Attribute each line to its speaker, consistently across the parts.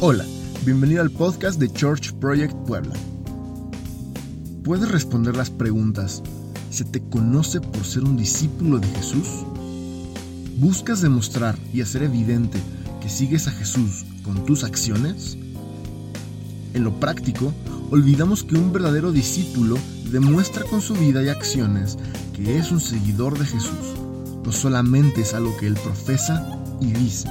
Speaker 1: Hola, bienvenido al podcast de Church Project Puebla. ¿Puedes responder las preguntas? ¿Se te conoce por ser un discípulo de Jesús? ¿Buscas demostrar y hacer evidente que sigues a Jesús con tus acciones? En lo práctico, olvidamos que un verdadero discípulo demuestra con su vida y acciones que es un seguidor de Jesús, no solamente es algo que él profesa y dice.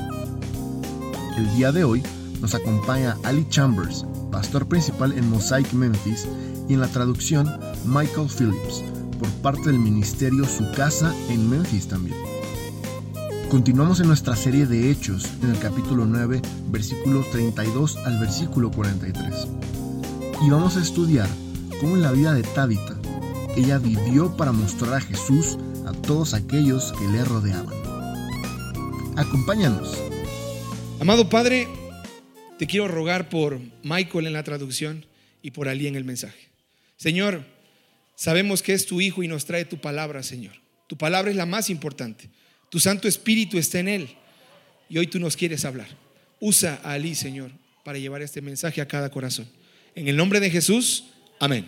Speaker 1: El día de hoy nos acompaña Ali Chambers, pastor principal en Mosaic Memphis, y en la traducción Michael Phillips, por parte del ministerio Su Casa en Memphis también. Continuamos en nuestra serie de Hechos en el capítulo 9, versículos 32 al versículo 43. Y vamos a estudiar cómo en la vida de Tabitha, ella vivió para mostrar a Jesús a todos aquellos que le rodeaban. Acompáñanos.
Speaker 2: Amado Padre, te quiero rogar por Michael en la traducción y por Ali en el mensaje. Señor, sabemos que es tu Hijo y nos trae tu palabra, Señor. Tu palabra es la más importante. Tu Santo Espíritu está en él y hoy tú nos quieres hablar. Usa a Ali, Señor, para llevar este mensaje a cada corazón. En el nombre de Jesús, amén.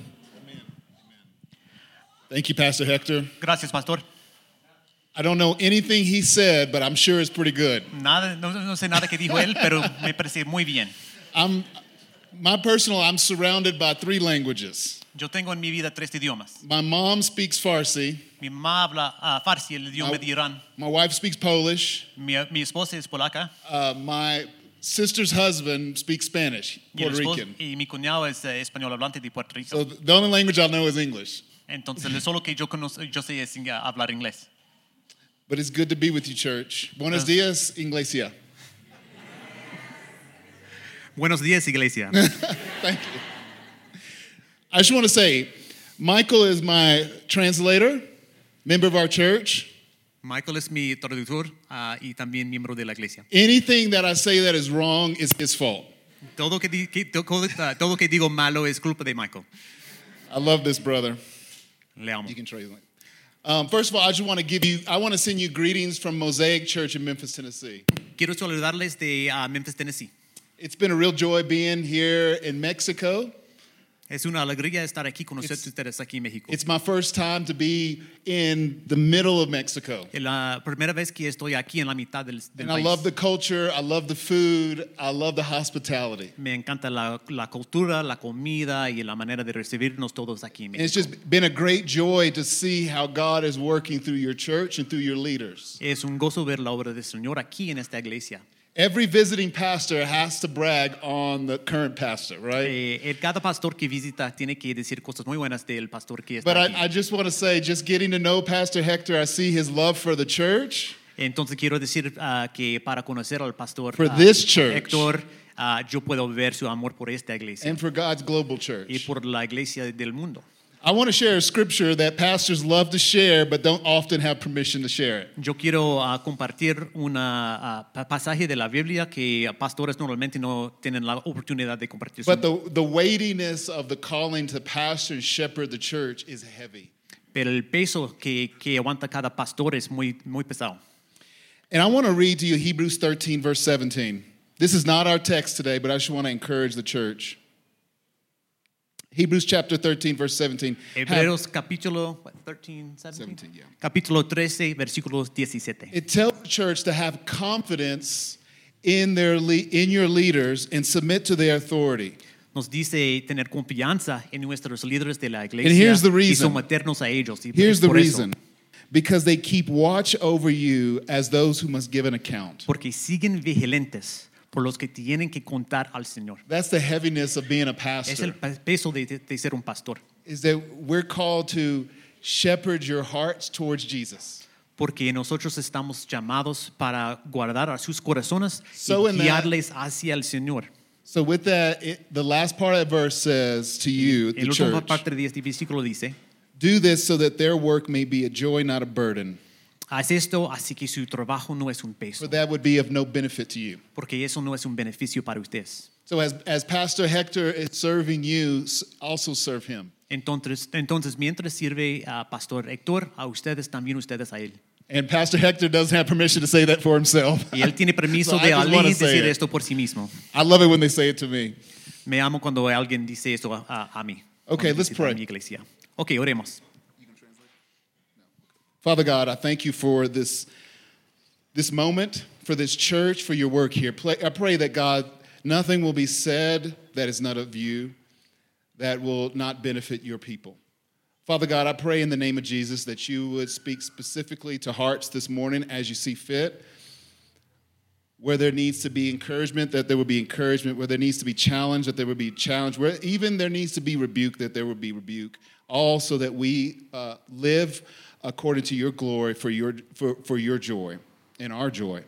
Speaker 3: Thank you, Pastor Hector.
Speaker 4: Gracias, pastor.
Speaker 3: I don't know anything he said, but I'm sure it's pretty good.
Speaker 4: Nada, no, no sé nada que dijo él, pero me parece muy bien.
Speaker 3: I'm my personal I'm surrounded by three languages.
Speaker 4: Yo tengo en mi vida tres idiomas.
Speaker 3: My mom speaks Farsi,
Speaker 4: Mi mamá habla ah, farsi, el idioma de Irán.
Speaker 3: my wife speaks Polish,
Speaker 4: Mi, mi esposa es polaca
Speaker 3: uh, my sister's husband speaks Spanish,
Speaker 4: y, el
Speaker 3: Puerto
Speaker 4: esposo-
Speaker 3: Rican.
Speaker 4: y mi cuñado es eh, español hablante de Puerto Rico.
Speaker 3: So the only language I know is English.
Speaker 4: Entonces, lo solo que yo, conozco, yo sé es eh, hablar inglés.
Speaker 3: But it's good to be with you, church. Buenos dias, Iglesia.
Speaker 4: Buenos días, iglesia.
Speaker 3: Thank you. I just want to say, Michael is my translator, member of our church.
Speaker 4: Michael es mi traductor ah, y también miembro de la iglesia.
Speaker 3: Anything that I say that is wrong is his fault.
Speaker 4: Todo que, ah, todo que digo malo es culpa de Michael.
Speaker 3: I love this brother.
Speaker 4: Le amo.
Speaker 3: You can translate. Um, first of all, I just want to give you, I want to send you greetings from Mosaic Church in Memphis, Tennessee.
Speaker 4: Quiero saludarles de ah, Memphis, Tennessee.
Speaker 3: It's been a real joy being here in Mexico.
Speaker 4: Es una alegría estar aquí con ustedes, ustedes aquí en México.
Speaker 3: It's my first time to be in the middle of Mexico.
Speaker 4: Es la primera vez que estoy aquí en la mitad del, del
Speaker 3: And I
Speaker 4: país.
Speaker 3: love the culture, I love the food, I love the hospitality.
Speaker 4: Me encanta la, la cultura, la comida y la manera de recibirnos todos aquí en
Speaker 3: And it's
Speaker 4: México.
Speaker 3: just been a great joy to see how God is working through your church and through your leaders.
Speaker 4: Es un gozo ver la obra del Señor aquí en esta iglesia.
Speaker 3: Every visiting pastor has to brag on the current pastor, right?
Speaker 4: Eh, el- cada pastor que visita tiene que decir cosas muy buenas del pastor que está
Speaker 3: But
Speaker 4: aquí.
Speaker 3: I, I just want to say, just getting to know Pastor Hector, I see his love for the church.
Speaker 4: Entonces quiero decir ah, que para conocer al pastor
Speaker 3: For
Speaker 4: ah,
Speaker 3: this church.
Speaker 4: Héctor, ah, yo puedo ver su amor por esta iglesia
Speaker 3: And for God's global church.
Speaker 4: y por la iglesia del mundo.
Speaker 3: I want to share a scripture that pastors love to share, but don't often have permission to share it.
Speaker 4: Yo quiero ah, compartir un pasaje de la Biblia que pastores normalmente no tienen la oportunidad de compartir.
Speaker 3: But the, the weightiness of the calling to pastor and shepherd the church is heavy.
Speaker 4: Pero el peso que, que aguanta cada pastor es muy, muy pesado.
Speaker 3: And I want to read to you Hebrews 13, verse 17. This is not our text today, but I just want to encourage the church. Hebrews chapter 13, verse 17. Have-
Speaker 4: Hebreos capítulo, what, 13, 17?
Speaker 3: 17, yeah.
Speaker 4: capítulo 13, versículos 17.
Speaker 3: It tells the church to have confidence in their le- in your leaders and submit to their authority.
Speaker 4: Nos dice tener confianza en nuestros líderes de la
Speaker 3: And
Speaker 4: iglesia
Speaker 3: here's the
Speaker 4: y
Speaker 3: reason.
Speaker 4: someternos a ellos. Y
Speaker 3: Here's
Speaker 4: es
Speaker 3: the
Speaker 4: por eso,
Speaker 3: reason. Because they keep watch over you as those who must give an account.
Speaker 4: Porque siguen vigilantes por los que tienen que contar al Señor.
Speaker 3: That's the heaviness of being a
Speaker 4: Es el
Speaker 3: pastor.
Speaker 4: pe- peso de- de- de ser un pastor.
Speaker 3: Is that we're called to shepherd your hearts towards Jesus.
Speaker 4: porque nosotros estamos llamados para guardar a sus corazones
Speaker 3: So
Speaker 4: y
Speaker 3: in that-
Speaker 4: guiarles hacia el Señor.
Speaker 3: So with that, it, the last part of that verse says to you,
Speaker 4: El
Speaker 3: the
Speaker 4: último
Speaker 3: church,
Speaker 4: parte de este versículo dice,
Speaker 3: do this so that their work may be a joy, not a burden,
Speaker 4: haz esto así que su trabajo no es un
Speaker 3: for
Speaker 4: peso,
Speaker 3: that would be of no benefit to you.
Speaker 4: porque eso no es un beneficio para ustedes.
Speaker 3: So as, as Pastor Hector is serving you, s- also serve him.
Speaker 4: Entonces, entonces mientras sirve a Pastor Héctor, a ustedes también ustedes a él.
Speaker 3: And Pastor Hector doesn't have permission to say that for himself.
Speaker 4: Y él tiene permiso
Speaker 3: So I
Speaker 4: de
Speaker 3: just
Speaker 4: Ali
Speaker 3: wanna say
Speaker 4: decir
Speaker 3: it.
Speaker 4: esto por sí mismo.
Speaker 3: I love it when they say it to me.
Speaker 4: Me amo cuando alguien dice esto a, a- a mí.
Speaker 3: Okay,
Speaker 4: cuando
Speaker 3: let's
Speaker 4: visita a
Speaker 3: pray.
Speaker 4: Mi iglesia. Ok, oremos.
Speaker 3: Father God, I thank you for this, this moment, for this church, for your work here. Play, I pray that, God, nothing will be said that is not of you, that will not benefit your people. Father God, I pray in the name of Jesus that you would speak specifically to hearts this morning as you see fit. Where there needs to be encouragement, that there will be encouragement. Where there needs to be challenge, that there will be challenge. Where even there needs to be rebuke, that there will be rebuke. All so that we uh, live according to your glory for your, for, for your joy and our joy.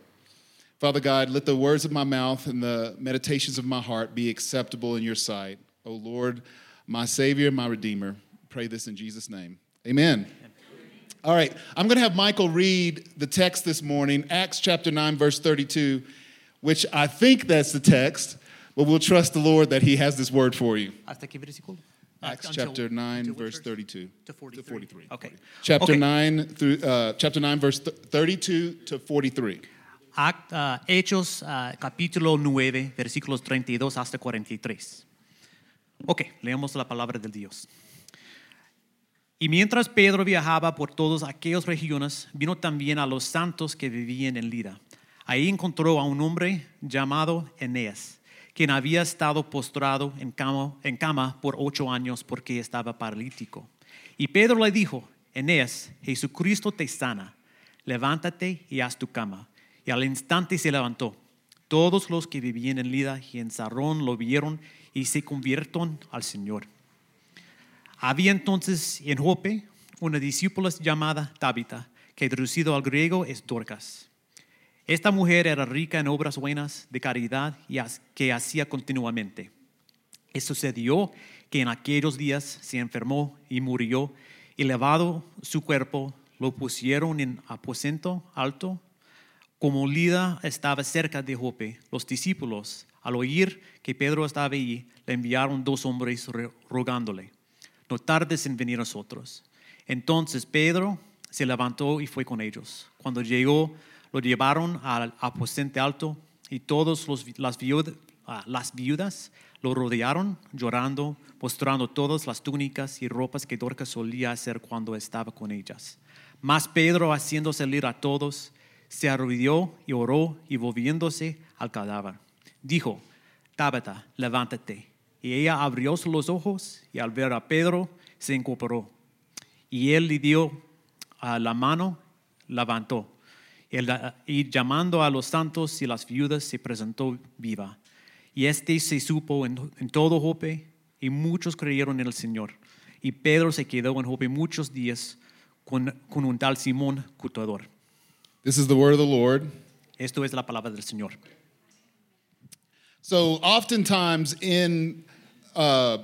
Speaker 3: Father God, let the words of my mouth and the meditations of my heart be acceptable in your sight. O Lord, my Savior, my Redeemer. Pray this in Jesus' name. Amen. All right, I'm going to have Michael read the text this morning, Acts chapter 9, verse 32, which I think that's the text, but we'll trust the Lord that He has this word for you.
Speaker 4: ¿Hasta qué versículo?
Speaker 3: Acts
Speaker 4: Until-
Speaker 3: chapter 9,
Speaker 4: until which
Speaker 3: verse
Speaker 4: verse?
Speaker 3: 32.
Speaker 4: To 43. Okay.
Speaker 3: Chapter
Speaker 4: Okay.
Speaker 3: 9 through uh, chapter 9, verse th- 32 to 43.
Speaker 4: Act- ah, Hechos ah, capítulo 9, versículos 32 hasta 43. Ok, leamos la palabra del Dios. Y mientras Pedro viajaba por todas aquellas regiones, vino también a los santos que vivían en Lida. Ahí encontró a un hombre llamado Eneas, quien había estado postrado en cama, en cama por ocho años porque estaba paralítico. Y Pedro le dijo, Eneas, Jesucristo te sana, levántate y haz tu cama. Y al instante se levantó. Todos los que vivían en Lida y en Sarón lo vieron y se convirtieron al Señor. Había entonces en Jope una discípula llamada Tabita, que traducido al griego es Dorcas. Esta mujer era rica en obras buenas de caridad y as- que hacía continuamente. Y sucedió que en aquellos días se enfermó y murió, y levado su cuerpo, lo pusieron en aposento alto. Como Lida estaba cerca de Jope, los discípulos, al oír que Pedro estaba allí, le enviaron dos hombres re- rogándole, no tardes en venir a nosotros. Entonces Pedro se levantó y fue con ellos. Cuando llegó, lo llevaron al aposento alto y todas las, viud- ah, las viudas lo rodearon, llorando, postrando todas las túnicas y ropas que Dorcas solía hacer cuando estaba con ellas. Mas Pedro, haciendo salir a todos, se arrodilló y oró y volviéndose al cadáver. Dijo, Tabata, levántate. Y ella abrió los ojos y al ver a Pedro se incorporó. Y él le dio ah, la mano, levantó. El- y llamando a los santos y las viudas, se presentó viva. Y este se supo en, en todo Jope, y muchos creyeron en el Señor. Y Pedro se quedó en Jope muchos días con, con un tal Simón Cutador.
Speaker 3: This is the word of the Lord.
Speaker 4: Esto es la palabra del Señor.
Speaker 3: So oftentimes in uh,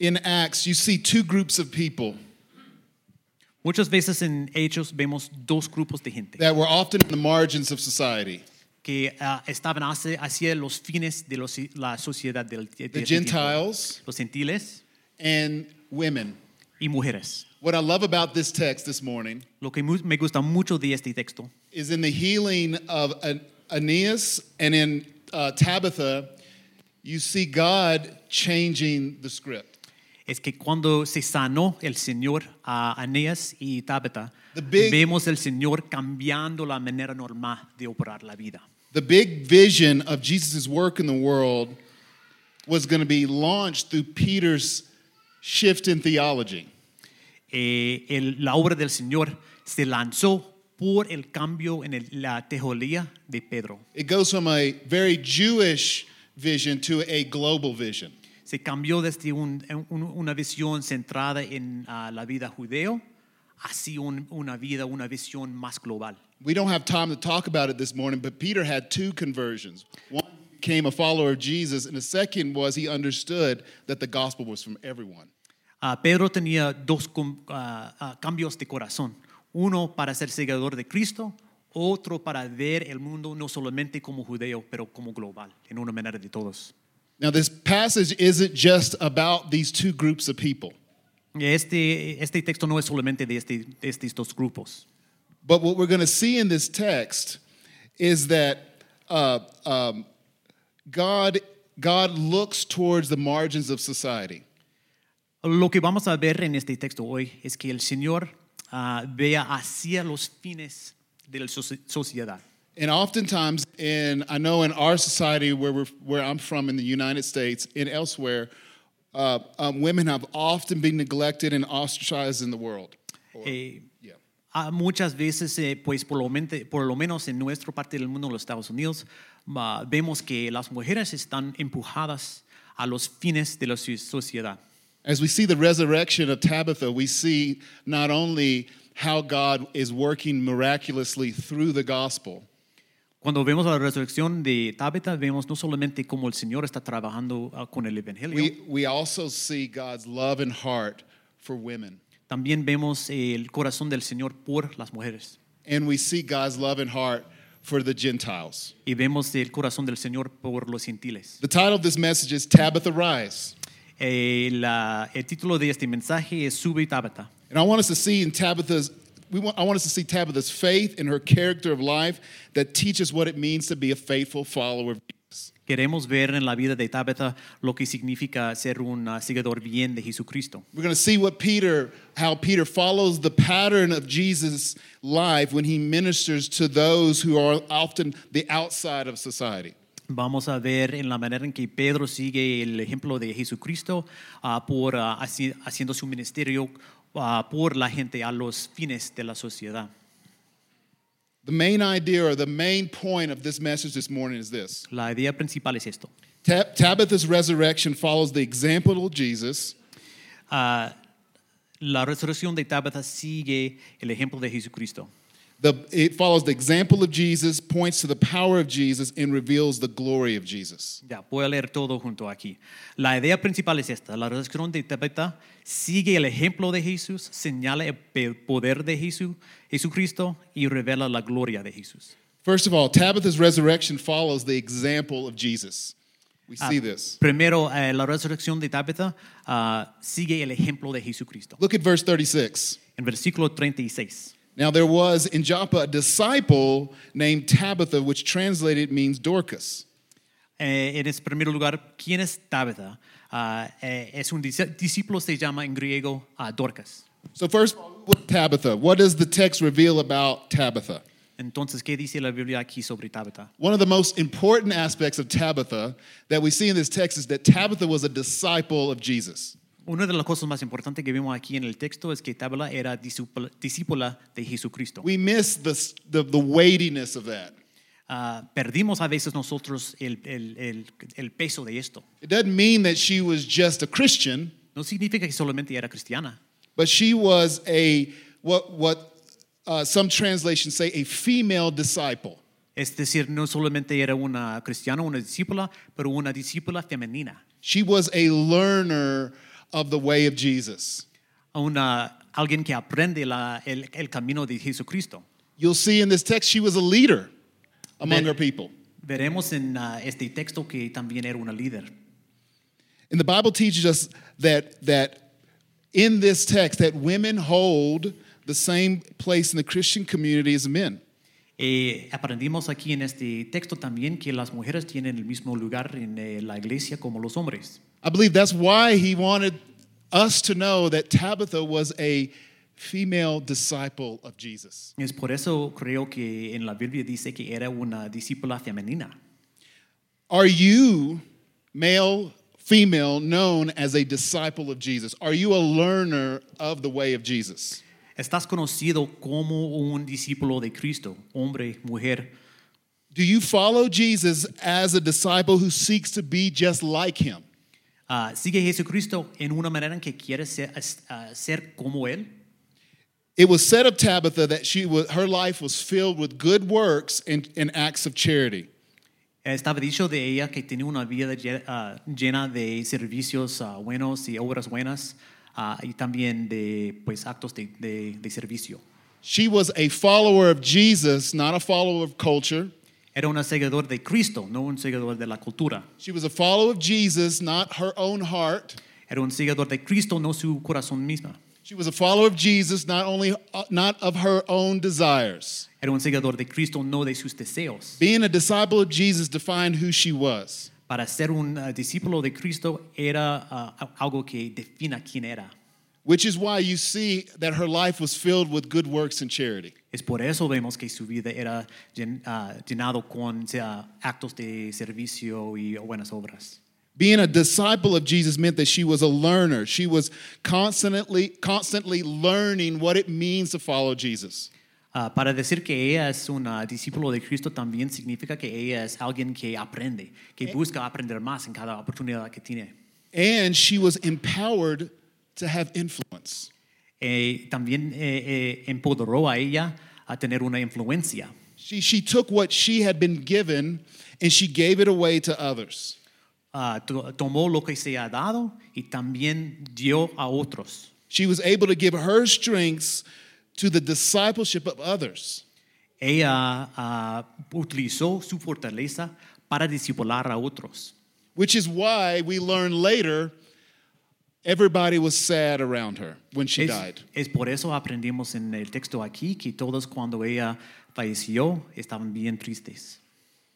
Speaker 3: in Acts, you see two groups of people
Speaker 4: Muchas veces en Hechos vemos dos grupos de gente
Speaker 3: that were often on the margins of society:
Speaker 4: que ah, estaban hacia, hacia los fines de los- la sociedad del de
Speaker 3: the
Speaker 4: ese tiempo.
Speaker 3: Gentiles
Speaker 4: los gentiles
Speaker 3: and women.
Speaker 4: y mujeres.
Speaker 3: What I love about this text this morning
Speaker 4: Lo que mu- me gusta mucho de este texto
Speaker 3: is in the healing of An- Aeneas and in uh, Tabitha, you see God changing the script.
Speaker 4: es que cuando se sanó el Señor a Aeneas y Tabitha,
Speaker 3: The big-
Speaker 4: vemos el Señor cambiando la manera normal de operar la vida.
Speaker 3: The big vision of Jesus' work in the world was going to be launched through Peter's shift in theology.
Speaker 4: Eh, el- la obra del Señor se lanzó por el cambio en el- la teología de Pedro.
Speaker 3: It goes from a very Jewish vision to a global vision.
Speaker 4: Se cambió desde un- un- una visión centrada en ah, la vida judeo hacia un- una vida, una visión más global.
Speaker 3: We don't have time to talk about it this morning, but Peter had two conversions. One became a follower of Jesus, and the second was he understood that the gospel was from everyone.
Speaker 4: Ah, Pedro tenía dos com- ah, ah, cambios de corazón. Uno para ser seguidor de Cristo, otro para ver el mundo no solamente como judeo, pero como global, en una manera de todos.
Speaker 3: Now, this passage isn't just about these two groups of people.
Speaker 4: Este, este texto no es solamente de, este- de estos dos grupos.
Speaker 3: But what we're going to see in this text is that uh, um, God, God looks towards the margins of society.
Speaker 4: Lo que vamos a ver en este texto hoy es que el Señor ah, vea hacia los fines de la soci- sociedad.
Speaker 3: And oftentimes, in I know in our society where we're, where I'm from in the United States and elsewhere, uh, um, women have often been neglected and ostracized in the world.
Speaker 4: Eh,
Speaker 3: Yeah.
Speaker 4: Ah, muchas veces, eh, pues por lo, mente- por lo menos en nuestra parte del mundo, los Estados Unidos, ah, vemos que las mujeres están empujadas a los fines de la so- sociedad.
Speaker 3: As we see the resurrection of Tabitha, we see not only how God is working miraculously through the gospel,
Speaker 4: Cuando vemos la resurrección de Tabitha, vemos no solamente cómo el Señor está trabajando ah, con el Evangelio,
Speaker 3: we, we also see God's love and heart for women.
Speaker 4: también vemos eh, el corazón del Señor por las mujeres.
Speaker 3: And we see God's love and heart for the Gentiles.
Speaker 4: Y vemos el corazón del Señor por los gentiles.
Speaker 3: The title of this message is Tabitha Rise.
Speaker 4: Eh, la- el título de este mensaje es Sube Tabitha.
Speaker 3: And I want us to see in Tabitha's, we want, I want us to see Tabitha's faith and her character of life that teaches what it means to be a faithful follower of Jesus.
Speaker 4: Queremos ver en la vida de Tabitha lo que significa ser un ah, seguidor bien de Jesucristo.
Speaker 3: We're going to see what Peter, how Peter follows the pattern of Jesus' life when he ministers to those who are often the outside of society.
Speaker 4: Vamos a ver en la manera en que Pedro sigue el ejemplo de Jesucristo ah, por ah, haci- haciendo su ministerio ah, por la gente a los fines de la sociedad.
Speaker 3: The main idea or the main point of this message this morning is this
Speaker 4: La idea principal es esto.
Speaker 3: Tab- Tabitha's resurrection follows the example of Jesus,
Speaker 4: Ah, la resurrección de Tabitha sigue el ejemplo de Jesucristo.
Speaker 3: The, it follows the example of Jesus, points to the power of Jesus, and reveals the glory of Jesus.
Speaker 4: Ya, voy a leer todo junto aquí. La idea principal es esta. La resurrección de Tabitha sigue el ejemplo de Jesús, señala el pe- poder de Jesús, Jesucristo y revela la gloria de Jesús.
Speaker 3: First of all, Tabitha's resurrection follows the example of Jesus. We see this.
Speaker 4: Primero, eh, la resurrección de Tabitha ah, sigue el ejemplo de Jesucristo.
Speaker 3: Look at verse 36.
Speaker 4: En versículo 36.
Speaker 3: Now there was in Joppa a disciple named Tabitha, which translated means Dorcas.
Speaker 4: eh, en ese primer lugar, ¿quién es Tabitha? Ah, eh, es un dis- discípulo, se llama en griego ah, Dorcas.
Speaker 3: So first, what- Tabitha. What does the text reveal about Tabitha?
Speaker 4: Entonces, ¿qué dice la Biblia aquí sobre Tabitha?
Speaker 3: One of the most important aspects of Tabitha that we see in this text is that Tabitha was a disciple of Jesus.
Speaker 4: Una de las cosas más importantes que vemos aquí en el texto es que Tabla era discípula- discípula de Jesucristo.
Speaker 3: We miss the, the, the weightiness of that.
Speaker 4: Ah, perdimos a veces nosotros el, el- el- el peso de esto.
Speaker 3: It doesn't mean that she was just a Christian,
Speaker 4: No significa que solamente era cristiana,
Speaker 3: but she was a what what uh, some translations say a female disciple.
Speaker 4: es decir, no solamente era una cristiana, una discípula, pero una discípula femenina,
Speaker 3: She was a learner of the way of Jesus.
Speaker 4: una, alguien que aprende la- el, el camino de Jesucristo.
Speaker 3: You'll see in this text she was a leader among
Speaker 4: Amen.
Speaker 3: her people.
Speaker 4: Veremos en ah, este texto que también era una líder.
Speaker 3: And the Bible teaches us that that in this text that women hold the same place in the Christian community as men.
Speaker 4: Eh, aprendimos aquí en este texto también que las mujeres tienen el mismo lugar en eh, la iglesia como los hombres.
Speaker 3: I believe that's why he wanted us to know that Tabitha was a female disciple of Jesus.
Speaker 4: Es por eso creo que en la Biblia dice que era una discípula femenina.
Speaker 3: Are you, male, female, known as a disciple of Jesus? Are you a learner of the way of Jesus?
Speaker 4: Estás conocido como un discípulo de Cristo, hombre, mujer.
Speaker 3: Do you follow Jesus as a disciple who seeks to be just like him?
Speaker 4: Ah, sigue a Jesucristo en una manera en que quieres ser, es- ah, ser como Él.
Speaker 3: It was said of Tabitha that she was, her life was filled with good works and, and acts of charity.
Speaker 4: Estaba dicho de ella que tenía una vida lle- ah, llena de servicios ah, buenos y obras buenas ah, y también de pues, actos de- de- de servicio.
Speaker 3: She was a follower of Jesus, not a follower of culture.
Speaker 4: Era un seguidor de Cristo, no un seguidor de la cultura.
Speaker 3: She was a follower of Jesus, not her own heart.
Speaker 4: Era un seguidor de Cristo, no su corazón misma.
Speaker 3: She was a follower of Jesus, not only uh, not of her own desires.
Speaker 4: Era un seguidor de Cristo, no de sus deseos.
Speaker 3: Being a disciple of Jesus defined who she was.
Speaker 4: Para ser un uh, discípulo de Cristo era uh, algo que defina quién era.
Speaker 3: Which is why you see that her life was filled with good works and charity.
Speaker 4: Es por eso vemos que su vida era llen- ah, llenado con ah, actos de servicio y buenas obras.
Speaker 3: Being a disciple of Jesus meant that she was a learner. She was constantly constantly learning what it means to follow Jesus.
Speaker 4: Ah, para decir que ella es una discípulo de Cristo también significa que ella es alguien que aprende, que busca aprender más en cada oportunidad que tiene.
Speaker 3: And she was empowered to have influence.
Speaker 4: Eh, también eh, eh, empoderó a ella a tener una influencia.
Speaker 3: She, she took what she had been given and she gave it away to others.
Speaker 4: Ah, to- tomó lo que se ha dado y también dio a otros.
Speaker 3: She was able to give her strengths to the discipleship of others.
Speaker 4: Ella ah, utilizó su fortaleza para discipular a otros.
Speaker 3: Which is why we learn later everybody was sad around her when she
Speaker 4: Es,
Speaker 3: died.
Speaker 4: es por eso aprendimos en el texto aquí que todos cuando ella falleció estaban bien tristes.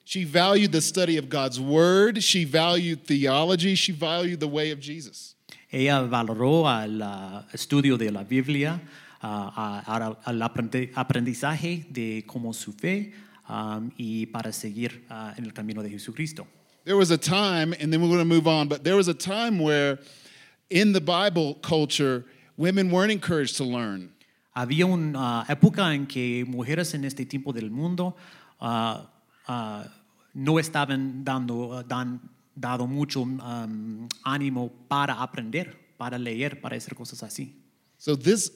Speaker 3: She valued the study of God's word, she valued theology, she valued the way of Jesus.
Speaker 4: Ella valoró al ah, estudio de la Biblia, ah, a- a- al aprendi- aprendizaje de cómo su fe am, y para seguir ah, en el camino de Jesucristo.
Speaker 3: There was a time, and then we're going to move on, but there was a time where in the Bible culture, women weren't encouraged to learn.
Speaker 4: Había una época en que mujeres en este tiempo del mundo ah, ah, no estaban dando, ah, dan- dado mucho am, ánimo para aprender, para leer, para hacer cosas así.
Speaker 3: So this,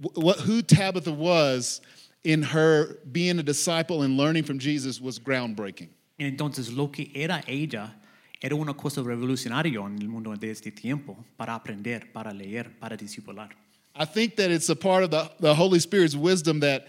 Speaker 3: wh- what, who Tabitha was in her being a disciple and learning from Jesus was groundbreaking.
Speaker 4: Entonces lo que era ella era una cosa revolucionaria en el mundo de este tiempo para aprender, para leer, para discipular.
Speaker 3: I think that it's a part of the, the Holy Spirit's wisdom that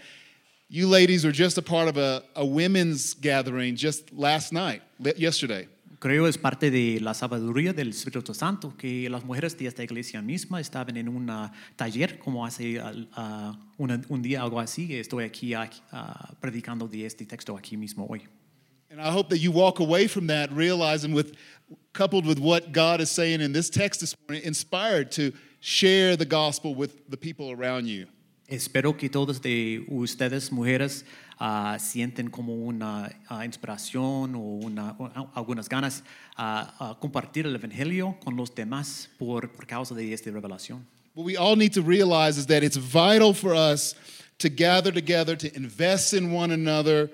Speaker 3: you ladies were just a part of a, a women's gathering just last night, le- yesterday.
Speaker 4: Creo es parte de la sabiduría del Espíritu Santo que las mujeres de esta iglesia misma estaban en un ah, taller como hace al- ah, una- un día algo así. Estoy aquí, aquí, ah, predicando de este texto aquí mismo hoy.
Speaker 3: And I hope that you walk away from that realizing with coupled with what God is saying in this text this morning, inspired to share the gospel with the people around you.
Speaker 4: Espero que todas de ustedes, mujeres, ah, sienten como una ah, inspiración o, una- o a- algunas ganas a compartir el Evangelio con los demás por, por causa de esta revelación.
Speaker 3: What we all need to realize is that it's vital for us to gather together, to invest in one another,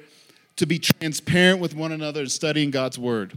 Speaker 3: to be transparent with one another, and studying God's word.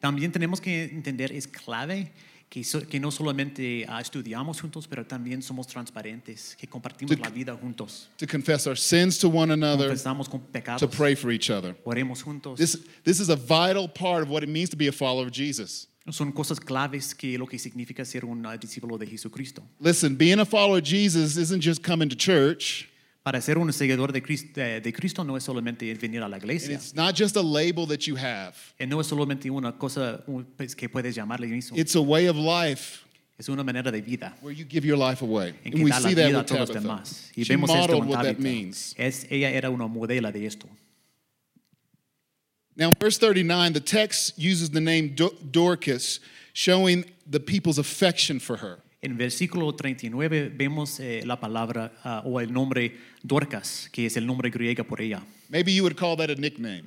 Speaker 4: También tenemos que entender, es clave que, so- que no solamente ah, estudiamos juntos, pero también somos transparentes, que compartimos
Speaker 3: To-
Speaker 4: la vida juntos,
Speaker 3: to confess our sins to one another,
Speaker 4: confesamos con
Speaker 3: to
Speaker 4: pecados,
Speaker 3: pray for each other.
Speaker 4: oremos juntos.
Speaker 3: This, this is a vital part of what it means to be a follower of Jesus.
Speaker 4: Son cosas claves que lo que significa ser un ah, discípulo de Jesucristo.
Speaker 3: Listen, being a follower of Jesus isn't just coming to church,
Speaker 4: Para ser un seguidor de Cristo, de, de Cristo no es solamente el venir a la
Speaker 3: and
Speaker 4: iglesia,
Speaker 3: it's not just a label that you have,
Speaker 4: Eh, no es solamente una cosa un- pues, que puedes llamarle mismo,
Speaker 3: it's a way of life
Speaker 4: es una manera de vida
Speaker 3: where you give your life away.
Speaker 4: en
Speaker 3: And
Speaker 4: que
Speaker 3: we
Speaker 4: da la
Speaker 3: see that
Speaker 4: vida a
Speaker 3: with
Speaker 4: todos los
Speaker 3: Tabitha.
Speaker 4: demás. Y
Speaker 3: She
Speaker 4: vemos esto
Speaker 3: modeled
Speaker 4: en
Speaker 3: what that
Speaker 4: Tabitha.
Speaker 3: means.
Speaker 4: Es, ella era una modela de esto.
Speaker 3: Now, in verse 39, the text uses the name Dor- Dorcas, showing the people's affection for her.
Speaker 4: En versículo 39 vemos eh, la palabra ah, o el nombre Dorcas, que es el nombre griego por ella.
Speaker 3: Maybe you would call that a nickname.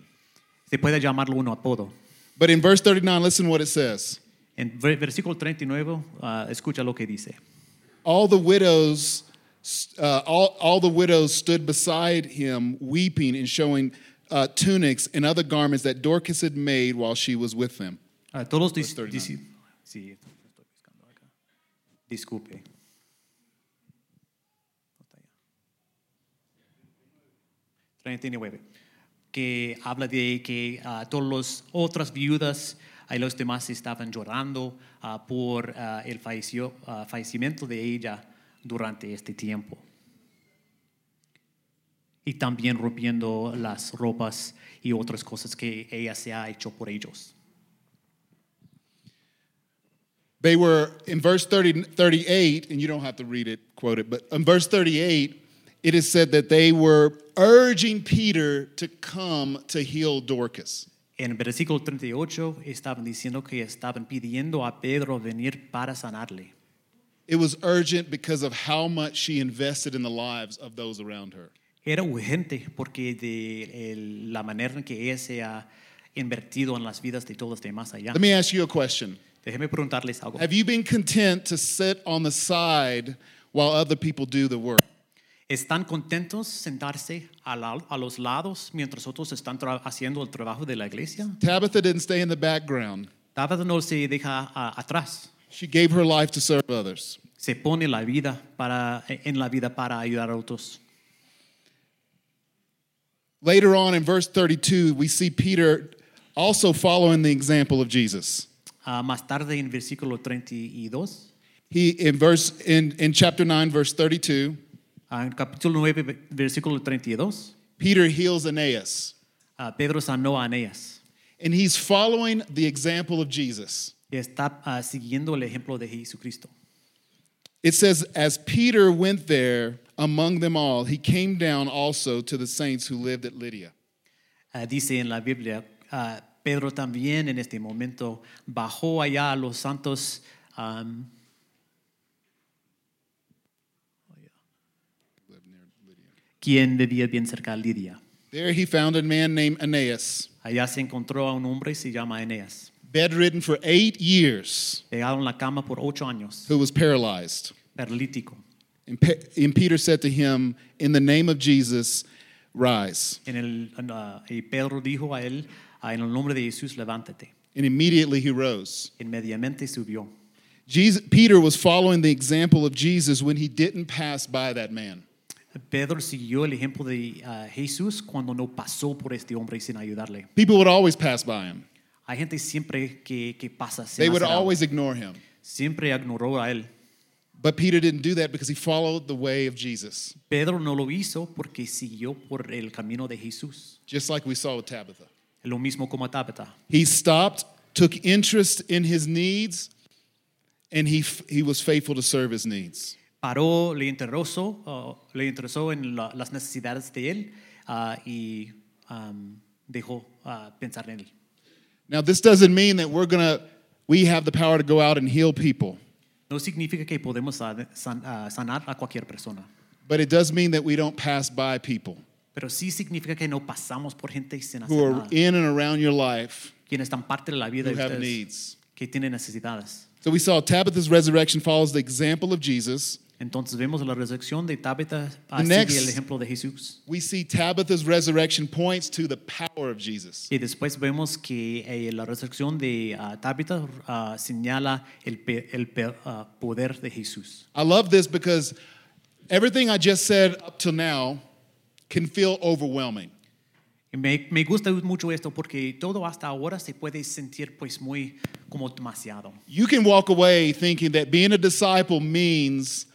Speaker 4: Se puede llamarlo un apodo.
Speaker 3: But in verse 39, listen what it says.
Speaker 4: En ver- versículo 39, ah, escucha lo que dice.
Speaker 3: all the widows uh, all, all the widows stood beside him weeping and showing uh, tunics and other garments that dorcas had made while she was with them
Speaker 4: A Ah, todos dis-
Speaker 3: 39.
Speaker 4: disi- sí, estoy buscando acá. Disculpe. No está allá. 39. Que habla de que ah, todas las otras viudas y los demás estaban llorando ah, por ah, el falleció- ah, fallecimiento de ella durante este tiempo. Y también rompiendo las ropas y otras cosas que ella se ha hecho por ellos.
Speaker 3: They were in verse 30, 38, and you don't have to read it, quote it, but in verse 38, it is said that they were urging Peter to come to heal Dorcas.
Speaker 4: En el versículo 38 estaban diciendo que estaban pidiendo a Pedro venir para sanarle.
Speaker 3: It was urgent because of how much she invested in the lives of those around her.
Speaker 4: Era urgente porque de el- la manera en que ella se ha invertido en las vidas de todos los demás allá.
Speaker 3: Let me ask you a question.
Speaker 4: Déjeme preguntarles algo.
Speaker 3: Have you been content to sit on the side while other people do the work?
Speaker 4: ¿Están contentos sentarse a, la- a los lados mientras otros están tra- haciendo el trabajo de la iglesia?
Speaker 3: Tabitha didn't stay in the background.
Speaker 4: David no se deja a- atrás.
Speaker 3: She gave her life to serve others.
Speaker 4: Se pone la vida para, en la vida para ayudar a otros.
Speaker 3: Later on in verse 32, we see Peter also following the example of Jesus.
Speaker 4: Ah, más tarde en versículo 32,
Speaker 3: He in verse in, in chapter 9 verse 32,
Speaker 4: ah, en capítulo 9, ve- versículo 32,
Speaker 3: Peter heals Aeneas
Speaker 4: ah, Pedro sanó a Aneas
Speaker 3: and he's following the example of Jesus.
Speaker 4: y está ah, siguiendo el ejemplo de Jesucristo.
Speaker 3: It says as Peter went there among them all, he came down also to the saints who lived at Lydia.
Speaker 4: Ah, dice en la Biblia, ah, Pedro también en este momento bajó allá a los santos. am, quien vivía bien cerca de Lidia.
Speaker 3: There he found a man named Aeneas,
Speaker 4: Allá se encontró a un hombre, se llama Eneas.
Speaker 3: bedridden for 8 years,
Speaker 4: Pegaron la cama por ocho años,
Speaker 3: who was paralyzed.
Speaker 4: paralítico.
Speaker 3: And, Pe- and Peter said to him, In the name of Jesus, rise.
Speaker 4: En el, en, ah, y Pedro dijo a él, ah, en el nombre de Jesús, levántate.
Speaker 3: And immediately he rose.
Speaker 4: Inmediatamente subió.
Speaker 3: Jesus, Peter was following the example of Jesus when he didn't pass by that man.
Speaker 4: Pedro siguió el ejemplo de ah, Jesús cuando no pasó por este hombre sin ayudarle.
Speaker 3: People would always pass by him,
Speaker 4: Hay gente siempre que, que pasa sin
Speaker 3: they would
Speaker 4: hacer algo.
Speaker 3: always ignore him.
Speaker 4: Siempre ignoró a él.
Speaker 3: But Peter didn't do that because he followed the way of Jesus,
Speaker 4: Pedro no lo hizo porque siguió por el camino de Jesús.
Speaker 3: just like we saw with Tabitha.
Speaker 4: Lo mismo como a Tabata.
Speaker 3: He stopped, took interest in his needs, and he, f- he was faithful to serve his needs.
Speaker 4: paró, le interesó, uh, le interesó en la- las necesidades de él ah, y am, dejó ah, pensar en él.
Speaker 3: Now, this doesn't mean that we're gonna, we have the power to go out and heal people,
Speaker 4: No significa que podemos san- san- ah, sanar a cualquier persona,
Speaker 3: but it does mean that we don't pass by people
Speaker 4: pero sí significa que no pasamos por gente sin hacer
Speaker 3: who are
Speaker 4: nada,
Speaker 3: in and around your life
Speaker 4: quienes están parte de la vida
Speaker 3: who
Speaker 4: de
Speaker 3: have
Speaker 4: ustedes,
Speaker 3: needs.
Speaker 4: que tienen necesidades.
Speaker 3: So we saw Tabitha's resurrection follows the example of Jesus.
Speaker 4: Entonces vemos la resurrección de Tabitha ah,
Speaker 3: The
Speaker 4: sigue
Speaker 3: next-
Speaker 4: el ejemplo de Jesús.
Speaker 3: We see Tabitha's resurrection points to the power of Jesus.
Speaker 4: Y después vemos que eh, la resurrección de ah, Tabitha ah, señala el, pe- el pe- ah, poder de Jesús.
Speaker 3: I love this because everything I just said up till now can feel overwhelming.
Speaker 4: Me, me gusta mucho esto porque todo hasta ahora se puede sentir pues muy como demasiado.
Speaker 3: You can walk away thinking that being a disciple means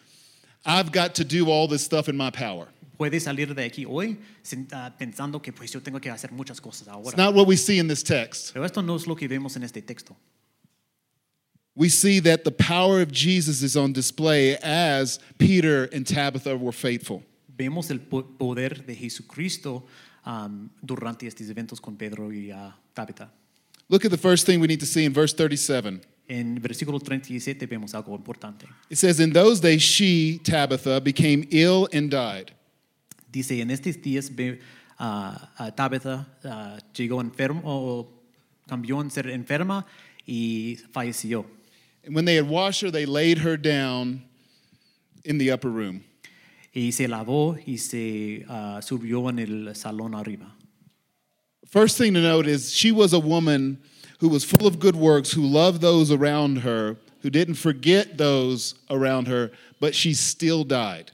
Speaker 3: I've got to do all this stuff in my power.
Speaker 4: Puedes salir de aquí hoy sin- ah, pensando que pues yo tengo que hacer muchas cosas
Speaker 3: It's
Speaker 4: ahora.
Speaker 3: not what we see in this text.
Speaker 4: Pero esto no es lo que vemos en este texto.
Speaker 3: We see that the power of Jesus is on display as Peter and Tabitha were faithful.
Speaker 4: Vemos el po- poder de Jesucristo am, durante estos eventos con Pedro y ah, Tabitha.
Speaker 3: Look at the first thing we need to see in verse 37.
Speaker 4: En versículo 37 vemos algo importante.
Speaker 3: It says, In those days, she, Tabitha, became ill and died.
Speaker 4: Dice, en estos días ve- ah, ah, Tabitha ah, llegó enfermo, o cambió en ser enferma y falleció.
Speaker 3: And when they had washed her, they laid her down in the upper room.
Speaker 4: Y se lavó y se ah, subió en el salón arriba.
Speaker 3: First thing to note is she was a woman who was full of good works, who loved those around her, who didn't forget those around her, but she still died.